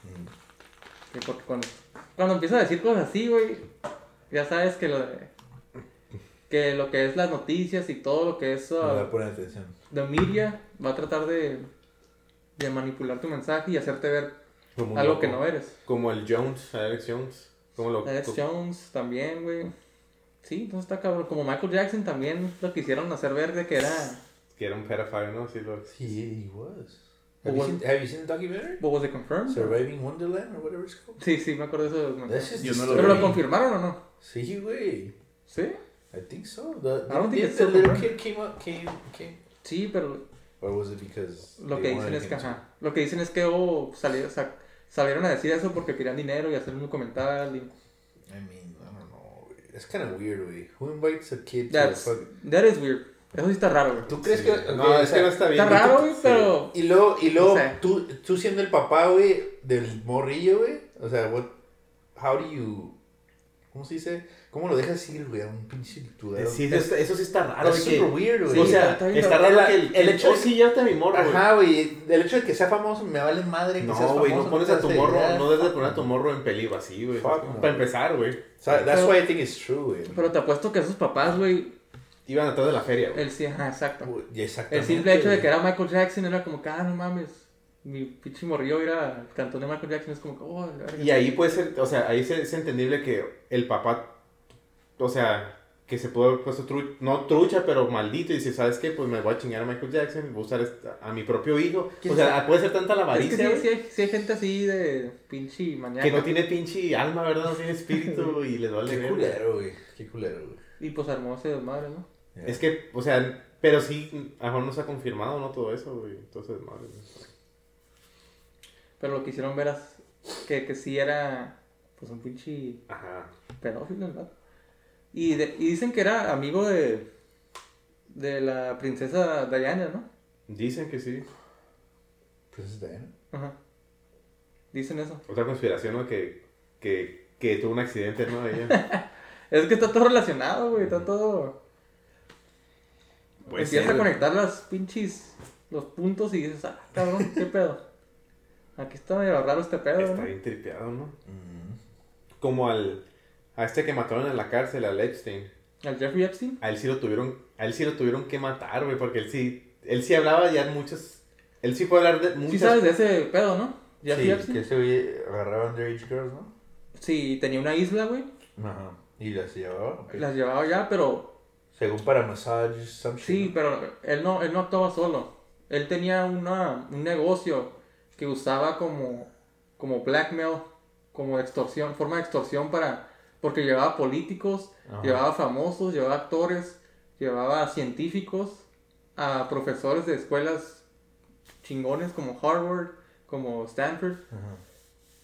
Speaker 4: Mm.
Speaker 3: Que porque cuando, cuando empieza a decir cosas así, güey, ya sabes que lo de- que lo que es las noticias y todo lo que es
Speaker 2: No
Speaker 3: uh,
Speaker 2: le ponen atención.
Speaker 3: the media va a tratar de, de manipular tu mensaje y hacerte ver
Speaker 4: Como un
Speaker 3: algo
Speaker 4: loco.
Speaker 3: que no eres.
Speaker 4: Como el Jones, Alex Jones. Como lo.
Speaker 3: Alex Jones también, güey. Sí, entonces está cabrón. Como Michael Jackson también lo quisieron hacer ver de que era.
Speaker 4: Que era un pedophile, ¿no? Sí, lo.
Speaker 2: Sí, he was.
Speaker 3: Have
Speaker 2: Have,
Speaker 3: you
Speaker 2: you
Speaker 3: seen-
Speaker 2: seen, have you seen the documentary?
Speaker 3: ¿What was it confirmed?
Speaker 2: Surviving Wonderland or whatever it's called.
Speaker 3: Sí, sí, me acuerdo de eso. me acuerdo.
Speaker 2: That's just
Speaker 1: Yo
Speaker 2: the
Speaker 1: no lo
Speaker 2: story.
Speaker 3: ¿Pero lo confirmaron o no?
Speaker 2: Sí, güey.
Speaker 3: Sí.
Speaker 2: I think so. The,
Speaker 3: I don't think
Speaker 2: did
Speaker 3: it's
Speaker 2: the
Speaker 3: still
Speaker 2: little
Speaker 3: around.
Speaker 2: kid came up, came, came.
Speaker 3: Sí, pero
Speaker 2: Or was it because
Speaker 3: lo
Speaker 2: they
Speaker 3: que dicen
Speaker 2: wanted
Speaker 3: es que,
Speaker 2: him to-
Speaker 3: ajá, lo que dicen es que, oh, sali- sa- salieron a decir eso porque querían dinero y hacer un documental y...
Speaker 2: I mean, I don't know. güey. It's kind of weird, güey. Who invites a kid to a
Speaker 3: That's,
Speaker 2: fucking...
Speaker 3: that is weird. Eso sí está raro, güey.
Speaker 2: ¿Tú crees
Speaker 4: Sí,
Speaker 2: que...
Speaker 4: no,
Speaker 2: ok, o
Speaker 4: es que
Speaker 2: sea,
Speaker 4: no está bien.
Speaker 3: Está raro, güey,
Speaker 4: Sí.
Speaker 3: pero...
Speaker 2: Y luego, y luego
Speaker 3: O sea.
Speaker 2: tú, tú siendo el papá, güey, del morrillo, güey. O sea, what, how do you... ¿Cómo se dice? ¿Cómo lo dejas ir, güey? A un pinche tutor.
Speaker 4: Sí, eso, está- eso sí está raro.
Speaker 2: That's
Speaker 4: Es
Speaker 2: super weird, güey.
Speaker 4: o
Speaker 3: está
Speaker 4: sea, está,
Speaker 3: bien raro.
Speaker 4: raro
Speaker 2: La-
Speaker 4: que el,
Speaker 2: el hecho
Speaker 4: hecho.
Speaker 2: de-
Speaker 4: sí, ya está mi morro. güey.
Speaker 2: Ajá, güey. El hecho de que sea famoso me vale madre que seas
Speaker 4: No,
Speaker 2: famoso.
Speaker 4: güey, no pones
Speaker 2: te
Speaker 4: a tu
Speaker 2: hace
Speaker 4: morro.
Speaker 2: idea.
Speaker 4: No debes de poner a tu morro en peligro así, güey.
Speaker 2: Fuck, no.
Speaker 4: Para empezar, güey.
Speaker 2: So, that's
Speaker 3: Pero-
Speaker 2: why I think it's true, güey.
Speaker 3: Pero te apuesto que esos papás, güey,
Speaker 4: Iban atrás de la feria, güey.
Speaker 3: el sí, ajá, exacto.
Speaker 2: Güey, Exactamente.
Speaker 3: El simple hecho de
Speaker 2: güey.
Speaker 3: que era Michael Jackson era como que, ah, no mames, mi pinche morrillo era al cantón de Michael Jackson, es como que, oh, la verga.
Speaker 4: Y ahí puede ser, o sea, ahí se- es entendible que el papá, o sea, que se pudo haber puesto, tru- no trucha, pero maldito. Y dice, ¿sabes qué? Pues me voy a chingar a Michael Jackson, voy a usar esta- a mi propio hijo. O
Speaker 3: ¿Quién
Speaker 4: sea,
Speaker 3: sabe?
Speaker 4: puede ser tanta la
Speaker 3: Es que
Speaker 4: avaricia
Speaker 3: sí,
Speaker 4: güey,
Speaker 3: sí hay, sí hay gente así de pinche mañana.
Speaker 4: que no tiene pinche alma, ¿verdad? No tiene espíritu y les vale.
Speaker 2: Qué
Speaker 4: verga.
Speaker 2: culero, güey. Qué culero, güey.
Speaker 3: Y pues armó ese desmadre, ¿no?
Speaker 4: Es que, o sea, pero sí, a lo mejor no se ha confirmado, ¿no? Todo eso, güey. Entonces, madre. güey.
Speaker 3: Pero lo que hicieron ver as- que, que sí era pues un pinche
Speaker 4: Ajá.
Speaker 3: pedófilo el vato. Y, de- y dicen que era amigo de, de la princesa Diana, ¿no?
Speaker 4: Dicen que sí.
Speaker 2: Pues está bien.
Speaker 3: Ajá. Dicen eso.
Speaker 4: Otra conspiración, ¿no? Que, que, que tuvo un accidente, ¿no? Ella.
Speaker 3: Es que está todo relacionado, güey. Está todo.
Speaker 1: Puede
Speaker 3: Empiezas
Speaker 1: ser,
Speaker 3: a
Speaker 1: güey.
Speaker 3: conectar las pinches. Los puntos y dices, ah, cabrón, qué pedo. Aquí está medio raro este pedo,
Speaker 4: Está
Speaker 3: ¿no?
Speaker 4: bien tripeado, ¿no? Como al. A este que mataron en la cárcel, al Epstein.
Speaker 3: Al Jeffrey Epstein.
Speaker 4: A él sí lo tuvieron. A él sí lo tuvieron que matar, güey. Porque él sí. Él sí hablaba ya muchas. Él sí puede hablar de muchas.
Speaker 3: Sí sabes de ese pedo, ¿no? Jeffrey
Speaker 2: Sí,
Speaker 3: Epstein.
Speaker 2: que ese güey agarraba underage girls, ¿no?
Speaker 3: Sí, tenía una isla, güey.
Speaker 2: Ajá. Y las llevaba. ok.
Speaker 3: Las llevaba ya, pero
Speaker 2: Según para massage, some shit,
Speaker 3: Sí,
Speaker 2: ¿no?
Speaker 3: pero él no, él no actuaba solo. Él tenía una, un negocio que usaba como, como blackmail, como extorsión, forma de extorsión para... Porque llevaba políticos,
Speaker 2: Ajá.
Speaker 3: llevaba famosos, llevaba actores, llevaba científicos, a profesores de escuelas chingones como Harvard, como Stanford.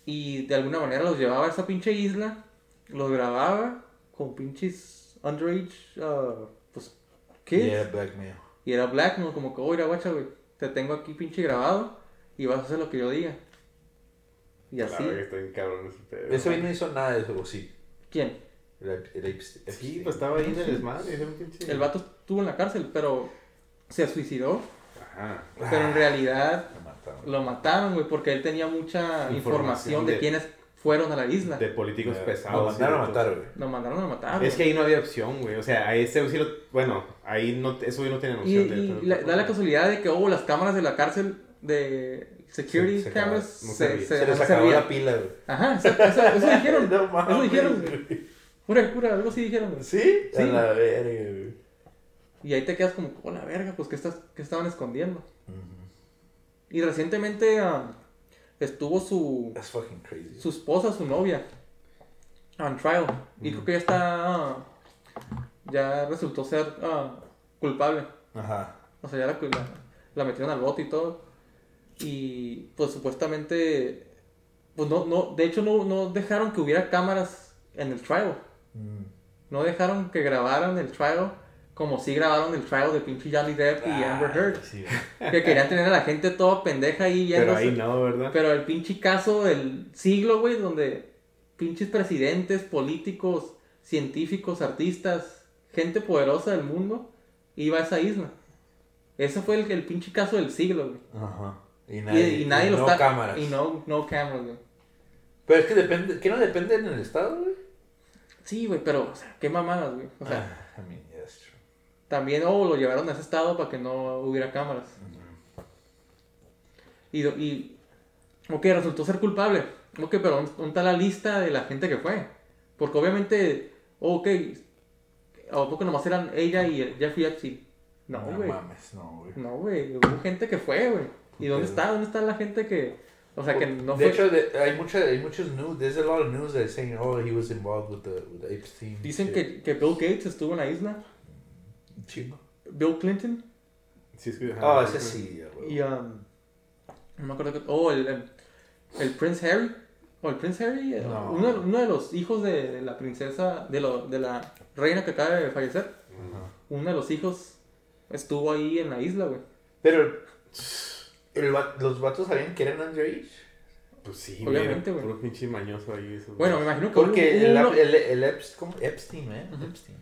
Speaker 3: Y de alguna manera los llevaba a esa pinche isla, los grababa con pinches underage, ah, pues, kids.
Speaker 2: Y era blackmail.
Speaker 3: Y era blackmail, como que, oye, guacha, güey, te tengo aquí pinche grabado y vas a hacer lo que yo diga. Y
Speaker 4: La
Speaker 3: así.
Speaker 4: verga, está bien cabrón ese pedo.
Speaker 2: Ese güey no hizo nada de eso, o sí.
Speaker 3: ¿Quién?
Speaker 2: El, el Epstein.
Speaker 4: Sí, pues estaba ahí en el desmadre. Era un pinche.
Speaker 3: El vato estuvo en la cárcel, pero se suicidó.
Speaker 4: Ajá.
Speaker 3: Pero en realidad
Speaker 2: Lo mataron.
Speaker 3: lo mataron, güey, porque él tenía mucha información,
Speaker 4: Información
Speaker 3: de,
Speaker 4: de-
Speaker 3: quiénes fueron a la isla.
Speaker 4: De políticos pesados.
Speaker 2: Lo mandaron a
Speaker 4: sí,
Speaker 2: matar, güey.
Speaker 3: Lo mandaron a matar.
Speaker 4: Es que
Speaker 3: güey.
Speaker 4: ahí no había opción, güey. O sea, ahí ese sí lo. Bueno, ahí no, eso güey no tenía
Speaker 3: Y,
Speaker 4: opción. de-
Speaker 3: y la- da la casualidad de que, oh, las cámaras de la cárcel de security
Speaker 2: Sí, se acabó,
Speaker 3: cameras
Speaker 4: no
Speaker 3: se,
Speaker 4: servía.
Speaker 3: se-
Speaker 2: Se les
Speaker 3: no
Speaker 2: acabó
Speaker 3: servían.
Speaker 2: la pila, güey.
Speaker 3: Ajá, eso, eso- eso dijeron.
Speaker 2: No mames,
Speaker 3: eso dijeron. güey.
Speaker 2: güey.
Speaker 3: Jura, jura, algo sí dijeron. güey.
Speaker 2: ¿Sí?
Speaker 3: Sí.
Speaker 2: A la verga, güey.
Speaker 3: Y ahí te quedas como, oh la verga, pues que estás, qué estaban escondiendo? Y recientemente ah, estuvo su,
Speaker 2: That's fucking crazy.
Speaker 3: su esposa, su novia, on trial. Y creo que ya está, ah, ya resultó ser ah, culpable.
Speaker 2: Ajá.
Speaker 3: O sea, ya la, cu- la, la metieron al bote y todo. Y pues supuestamente, pues no, no, de hecho no, no dejaron que hubiera cámaras en el trial. No dejaron que grabaran el trial como si grabaron el trial de pinche Johnny Depp y Amber Heard.
Speaker 2: Sí, güey.
Speaker 3: Que querían tener a la gente toda pendeja ahí viendo.
Speaker 4: Pero ahí no, ¿verdad?
Speaker 3: Pero el pinche caso del siglo, güey, donde pinches presidentes, políticos, científicos, artistas, gente poderosa del mundo, iba a esa isla. Ese fue el, el pinche caso del siglo, güey.
Speaker 2: Ajá. Y
Speaker 3: Y-
Speaker 2: nadie,
Speaker 3: y, nadie lo
Speaker 2: no
Speaker 3: está.
Speaker 2: cámaras.
Speaker 3: Y no, no cámaras, güey.
Speaker 2: Pero es que depende, que no depende en el estado, güey.
Speaker 3: Sí, güey, pero, o sea, qué mamadas, güey. O sea,
Speaker 2: I mean, yeah, that's true.
Speaker 3: también, oh, lo llevaron a ese estado para que no hubiera cámaras. Y, do- y, ok, resultó ser culpable. Ok, pero ¿dónde- ¿dónde está la lista de la gente que fue? Porque obviamente, oh, ok, ¿a poco nomás eran ella y el Jeffrey Epstein? No, güey.
Speaker 2: mames, no, güey.
Speaker 3: No, güey, hubo gente que fue, güey. ¿Y dónde está? ¿Dónde está la gente que... O sea, que no
Speaker 2: de
Speaker 3: fue...
Speaker 2: hecho, de- hay, mucha, hay muchos news. There's a lot of news that's saying, oh, he was involved with the, with the Epstein.
Speaker 3: Dicen
Speaker 2: shit.
Speaker 3: que, que Bill Gates estuvo en la isla,
Speaker 2: Chingo.
Speaker 3: Bill Clinton,
Speaker 4: Sí, es que-
Speaker 2: Ah,
Speaker 4: ajá.
Speaker 2: oh, ese sí, ya, güey.
Speaker 3: Y, um, no me acuerdo que. Oh, el, el, el Prince Harry. O el Prince Harry. eh,
Speaker 2: No.
Speaker 3: Uno, de- uno de los hijos de, de la princesa. De, lo, de la reina que acaba de fallecer. Uno de los hijos estuvo ahí en la isla, güey.
Speaker 2: Pero, el va- los vatos sabían que eran underage.
Speaker 4: Pues sí,
Speaker 3: Obviamente,
Speaker 4: güey.
Speaker 3: güey.
Speaker 4: Puro pinche mañoso ahí. Eso,
Speaker 3: Bueno, me imagino que
Speaker 2: Porque
Speaker 3: hubo,
Speaker 2: el,
Speaker 3: uno-
Speaker 2: el, el, Eps- ¿cómo? Epstein, ¿eh? Epstein.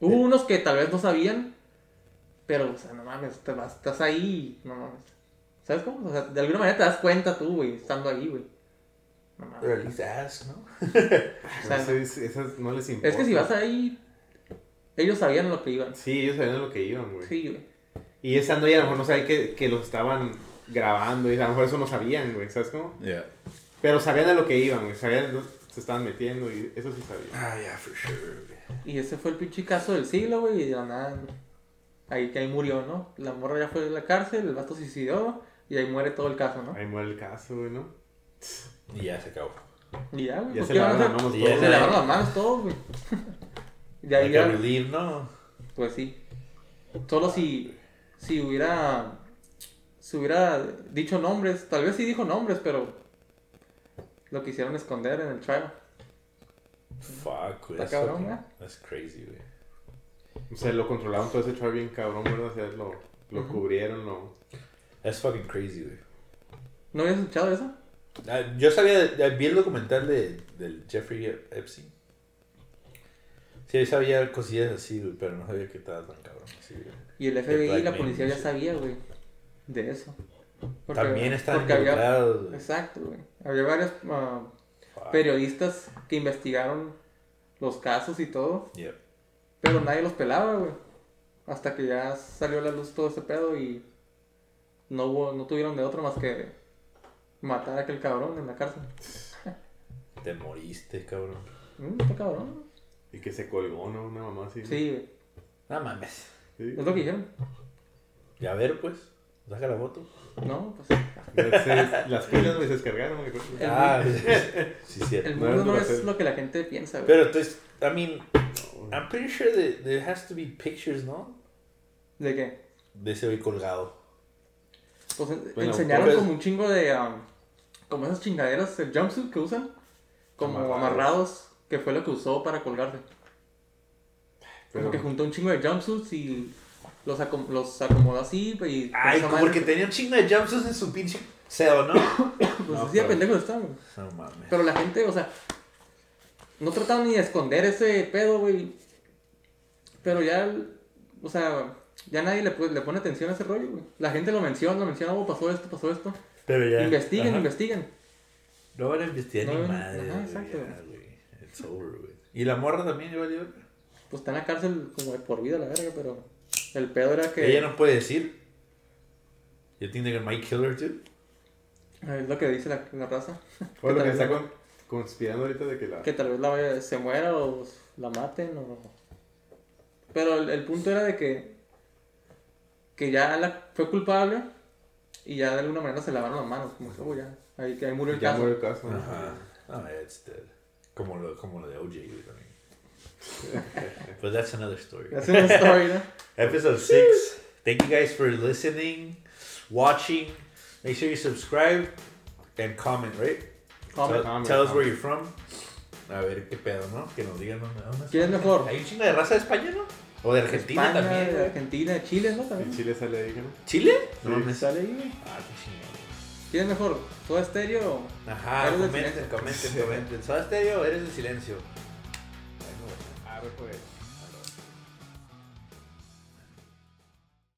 Speaker 3: hubo unos que tal vez no sabían. Pero, o sea, no mames, te vas, estás ahí. No mames. ¿Sabes cómo? O sea, de alguna manera te das cuenta tú, güey, estando ahí, güey. No
Speaker 2: Pero at
Speaker 3: mames.
Speaker 2: least ask, ¿no?
Speaker 4: No
Speaker 3: O sea,
Speaker 4: sé, es- esas no les importa.
Speaker 3: es que si vas ahí. Ellos sabían lo que iban.
Speaker 4: Sí, ellos sabían a lo que iban, güey.
Speaker 3: Sí, güey.
Speaker 4: Y estando ahí, a lo mejor no sabían que, que los estaban grabando. Y a lo mejor eso no sabían, güey. ¿Sabes cómo?
Speaker 7: Yeah.
Speaker 4: Pero sabían a lo que iban, güey. Sabían. se estaban metiendo y eso sí sabía.
Speaker 2: Ah, yeah, for sure, güey.
Speaker 3: Y ese fue el pinche caso del siglo, güey, y de la nada. Ahí que ahí murió, ¿no? La morra ya fue a la cárcel, el vato se suicidó y ahí muere todo el caso, ¿no?
Speaker 4: Ahí muere el caso, güey, ¿no?
Speaker 2: Y ya se acabó.
Speaker 3: Y ya, güey.
Speaker 4: Ya
Speaker 3: ¿por
Speaker 4: se
Speaker 3: qué van
Speaker 4: lavaron
Speaker 3: a
Speaker 4: las
Speaker 3: hacer?
Speaker 4: manos
Speaker 2: Y
Speaker 4: todos.
Speaker 3: Se lavaron las manos todos, güey. De ahí
Speaker 2: Hay que
Speaker 3: ya,
Speaker 2: relieve, ¿no?
Speaker 3: pues sí. Solo si, si hubiera, si hubiera dicho nombres, tal vez sí dijo nombres, pero lo quisieron esconder en el trial.
Speaker 2: Fuck, güey.
Speaker 3: Está
Speaker 2: that's
Speaker 3: cabrón,
Speaker 2: fucking-
Speaker 3: ¿eh?
Speaker 2: That's crazy, güey.
Speaker 4: O sea, lo controlaron todo ese chaval bien cabrón, ¿verdad? O sea, lo, lo cubrieron, lo...
Speaker 2: That's fucking crazy, güey.
Speaker 3: ¿No habías escuchado eso?
Speaker 2: Ah, Yo sabía, eh, vi el documental de, del Jeffrey Ep- Epstein. Sí, sabía cosillas así, güey, pero no sabía que estaba tan cabrón así, güey.
Speaker 3: Y el
Speaker 2: De
Speaker 3: FBI y la
Speaker 2: blackmail,
Speaker 3: policía ya
Speaker 2: sí.
Speaker 3: sabía, güey, de eso. Porque-
Speaker 2: También están
Speaker 3: porque había-
Speaker 2: involucrados, güey.
Speaker 3: Exacto, güey. Había varios ah,
Speaker 2: Fuck.
Speaker 3: periodistas que investigaron los casos y todo,
Speaker 2: Yep.
Speaker 3: pero nadie los pelaba, güey. Hasta que ya salió a la luz todo ese pedo y no hubo, no tuvieron de otro más que matar a aquel cabrón en la cárcel.
Speaker 2: Te moriste, cabrón.
Speaker 3: Mm, está cabrón.
Speaker 4: Y que se colgó, ¿no? Una mamá así. ¿no?
Speaker 3: Sí, güey.
Speaker 2: No mames.
Speaker 4: Sí.
Speaker 3: Es lo que dijeron.
Speaker 2: Y a ver, pues. Saca la foto.
Speaker 3: No, pues.
Speaker 4: Entonces, las pilas me descargaron, me acuerdo.
Speaker 3: El-
Speaker 2: ah, sí, sí.
Speaker 3: El
Speaker 4: No,
Speaker 3: mundo
Speaker 4: no
Speaker 3: no
Speaker 4: va a
Speaker 3: es
Speaker 4: ser.
Speaker 3: lo que la gente piensa, güey.
Speaker 2: Pero entonces, I mean, I'm pretty sure that there has to be pictures, ¿no?
Speaker 3: ¿De qué?
Speaker 2: De ese güey colgado.
Speaker 3: Pues en-
Speaker 4: Bueno,
Speaker 3: enseñaron
Speaker 2: pues-
Speaker 3: como un chingo de. um, como esas chingaderas, el jumpsuit que usan. Como
Speaker 4: Amarrados.
Speaker 3: amarrados, que fue lo que usó para colgarse.
Speaker 4: Pero,
Speaker 3: Como que juntó un chingo de jumpsuits y los, acom- los acomodó así pues, y...
Speaker 2: Ay,
Speaker 3: esa
Speaker 2: como
Speaker 3: madre-
Speaker 2: el que tenía un chingo de jumpsuits en su pinche ceo, ¿no? no
Speaker 3: Pues
Speaker 2: No,
Speaker 3: así de
Speaker 2: pero-
Speaker 3: pendejos estaban. güey.
Speaker 2: mames.
Speaker 3: Pero la gente, o sea... No trataron ni de esconder ese pedo, güey. Pero ya... el- O sea... Ya nadie le, pu- le pone atención a ese rollo, güey. La gente lo menciona, lo menciona, oh, pasó esto, pasó esto.
Speaker 2: Pero ya.
Speaker 3: investiguen,
Speaker 2: ajá.
Speaker 3: investiguen.
Speaker 2: No van a investigar
Speaker 3: No
Speaker 2: ni
Speaker 3: van-
Speaker 2: madre.
Speaker 3: ajá,
Speaker 2: güey,
Speaker 3: exacto.
Speaker 2: ya, güey. It's over, güey. Y la morra también, yo valió.
Speaker 3: Pues está en la cárcel como de por vida, la verga, pero... El pedo era que...
Speaker 2: Ella no puede decir. You think they might kill her too?
Speaker 3: Es lo que dice la, la raza.
Speaker 4: o lo
Speaker 3: tal
Speaker 4: que
Speaker 3: vez
Speaker 4: está
Speaker 3: la-
Speaker 4: con- conspirando ahorita de que la...
Speaker 3: que tal vez la vaya- se muera o la maten o pero el, el punto era de que que ya la fue culpable y ya de alguna manera se lavaron las manos como que, "Oh, ya ahí que ahí murió el
Speaker 4: Ya
Speaker 3: caso
Speaker 4: murió el caso. ¿no?
Speaker 2: Ajá. No, it's dead. Como lo, como lo de OJ, güey, también. But that's another story.
Speaker 3: es una story ¿no?
Speaker 2: Episode 6. Thank you guys for listening, watching. Make sure you subscribe and comment, right?
Speaker 3: Comment.
Speaker 2: tell,
Speaker 4: Comment,
Speaker 2: tell us where
Speaker 4: comment.
Speaker 2: you're from. A ver qué pedo, ¿no? Que nos digan dónde dónde
Speaker 3: quién es mejor
Speaker 2: Hay un chingo de raza de España, ¿no? O de Argentina
Speaker 3: España
Speaker 2: también. güey.
Speaker 3: Argentina Chile no
Speaker 4: En
Speaker 3: también
Speaker 4: Chile sale ahí, ¿no?
Speaker 2: ¿Chile?
Speaker 4: Sí.
Speaker 2: No Ah, me sale ahí, güey.
Speaker 3: quién es mejor todo estéreo o
Speaker 2: Ajá,
Speaker 3: Eres del
Speaker 2: comenten,
Speaker 3: silencio.
Speaker 2: comenten, comenten. ¿Sabes, Teo? Eres de silencio. Ay, no, güey.
Speaker 4: A ver, pues...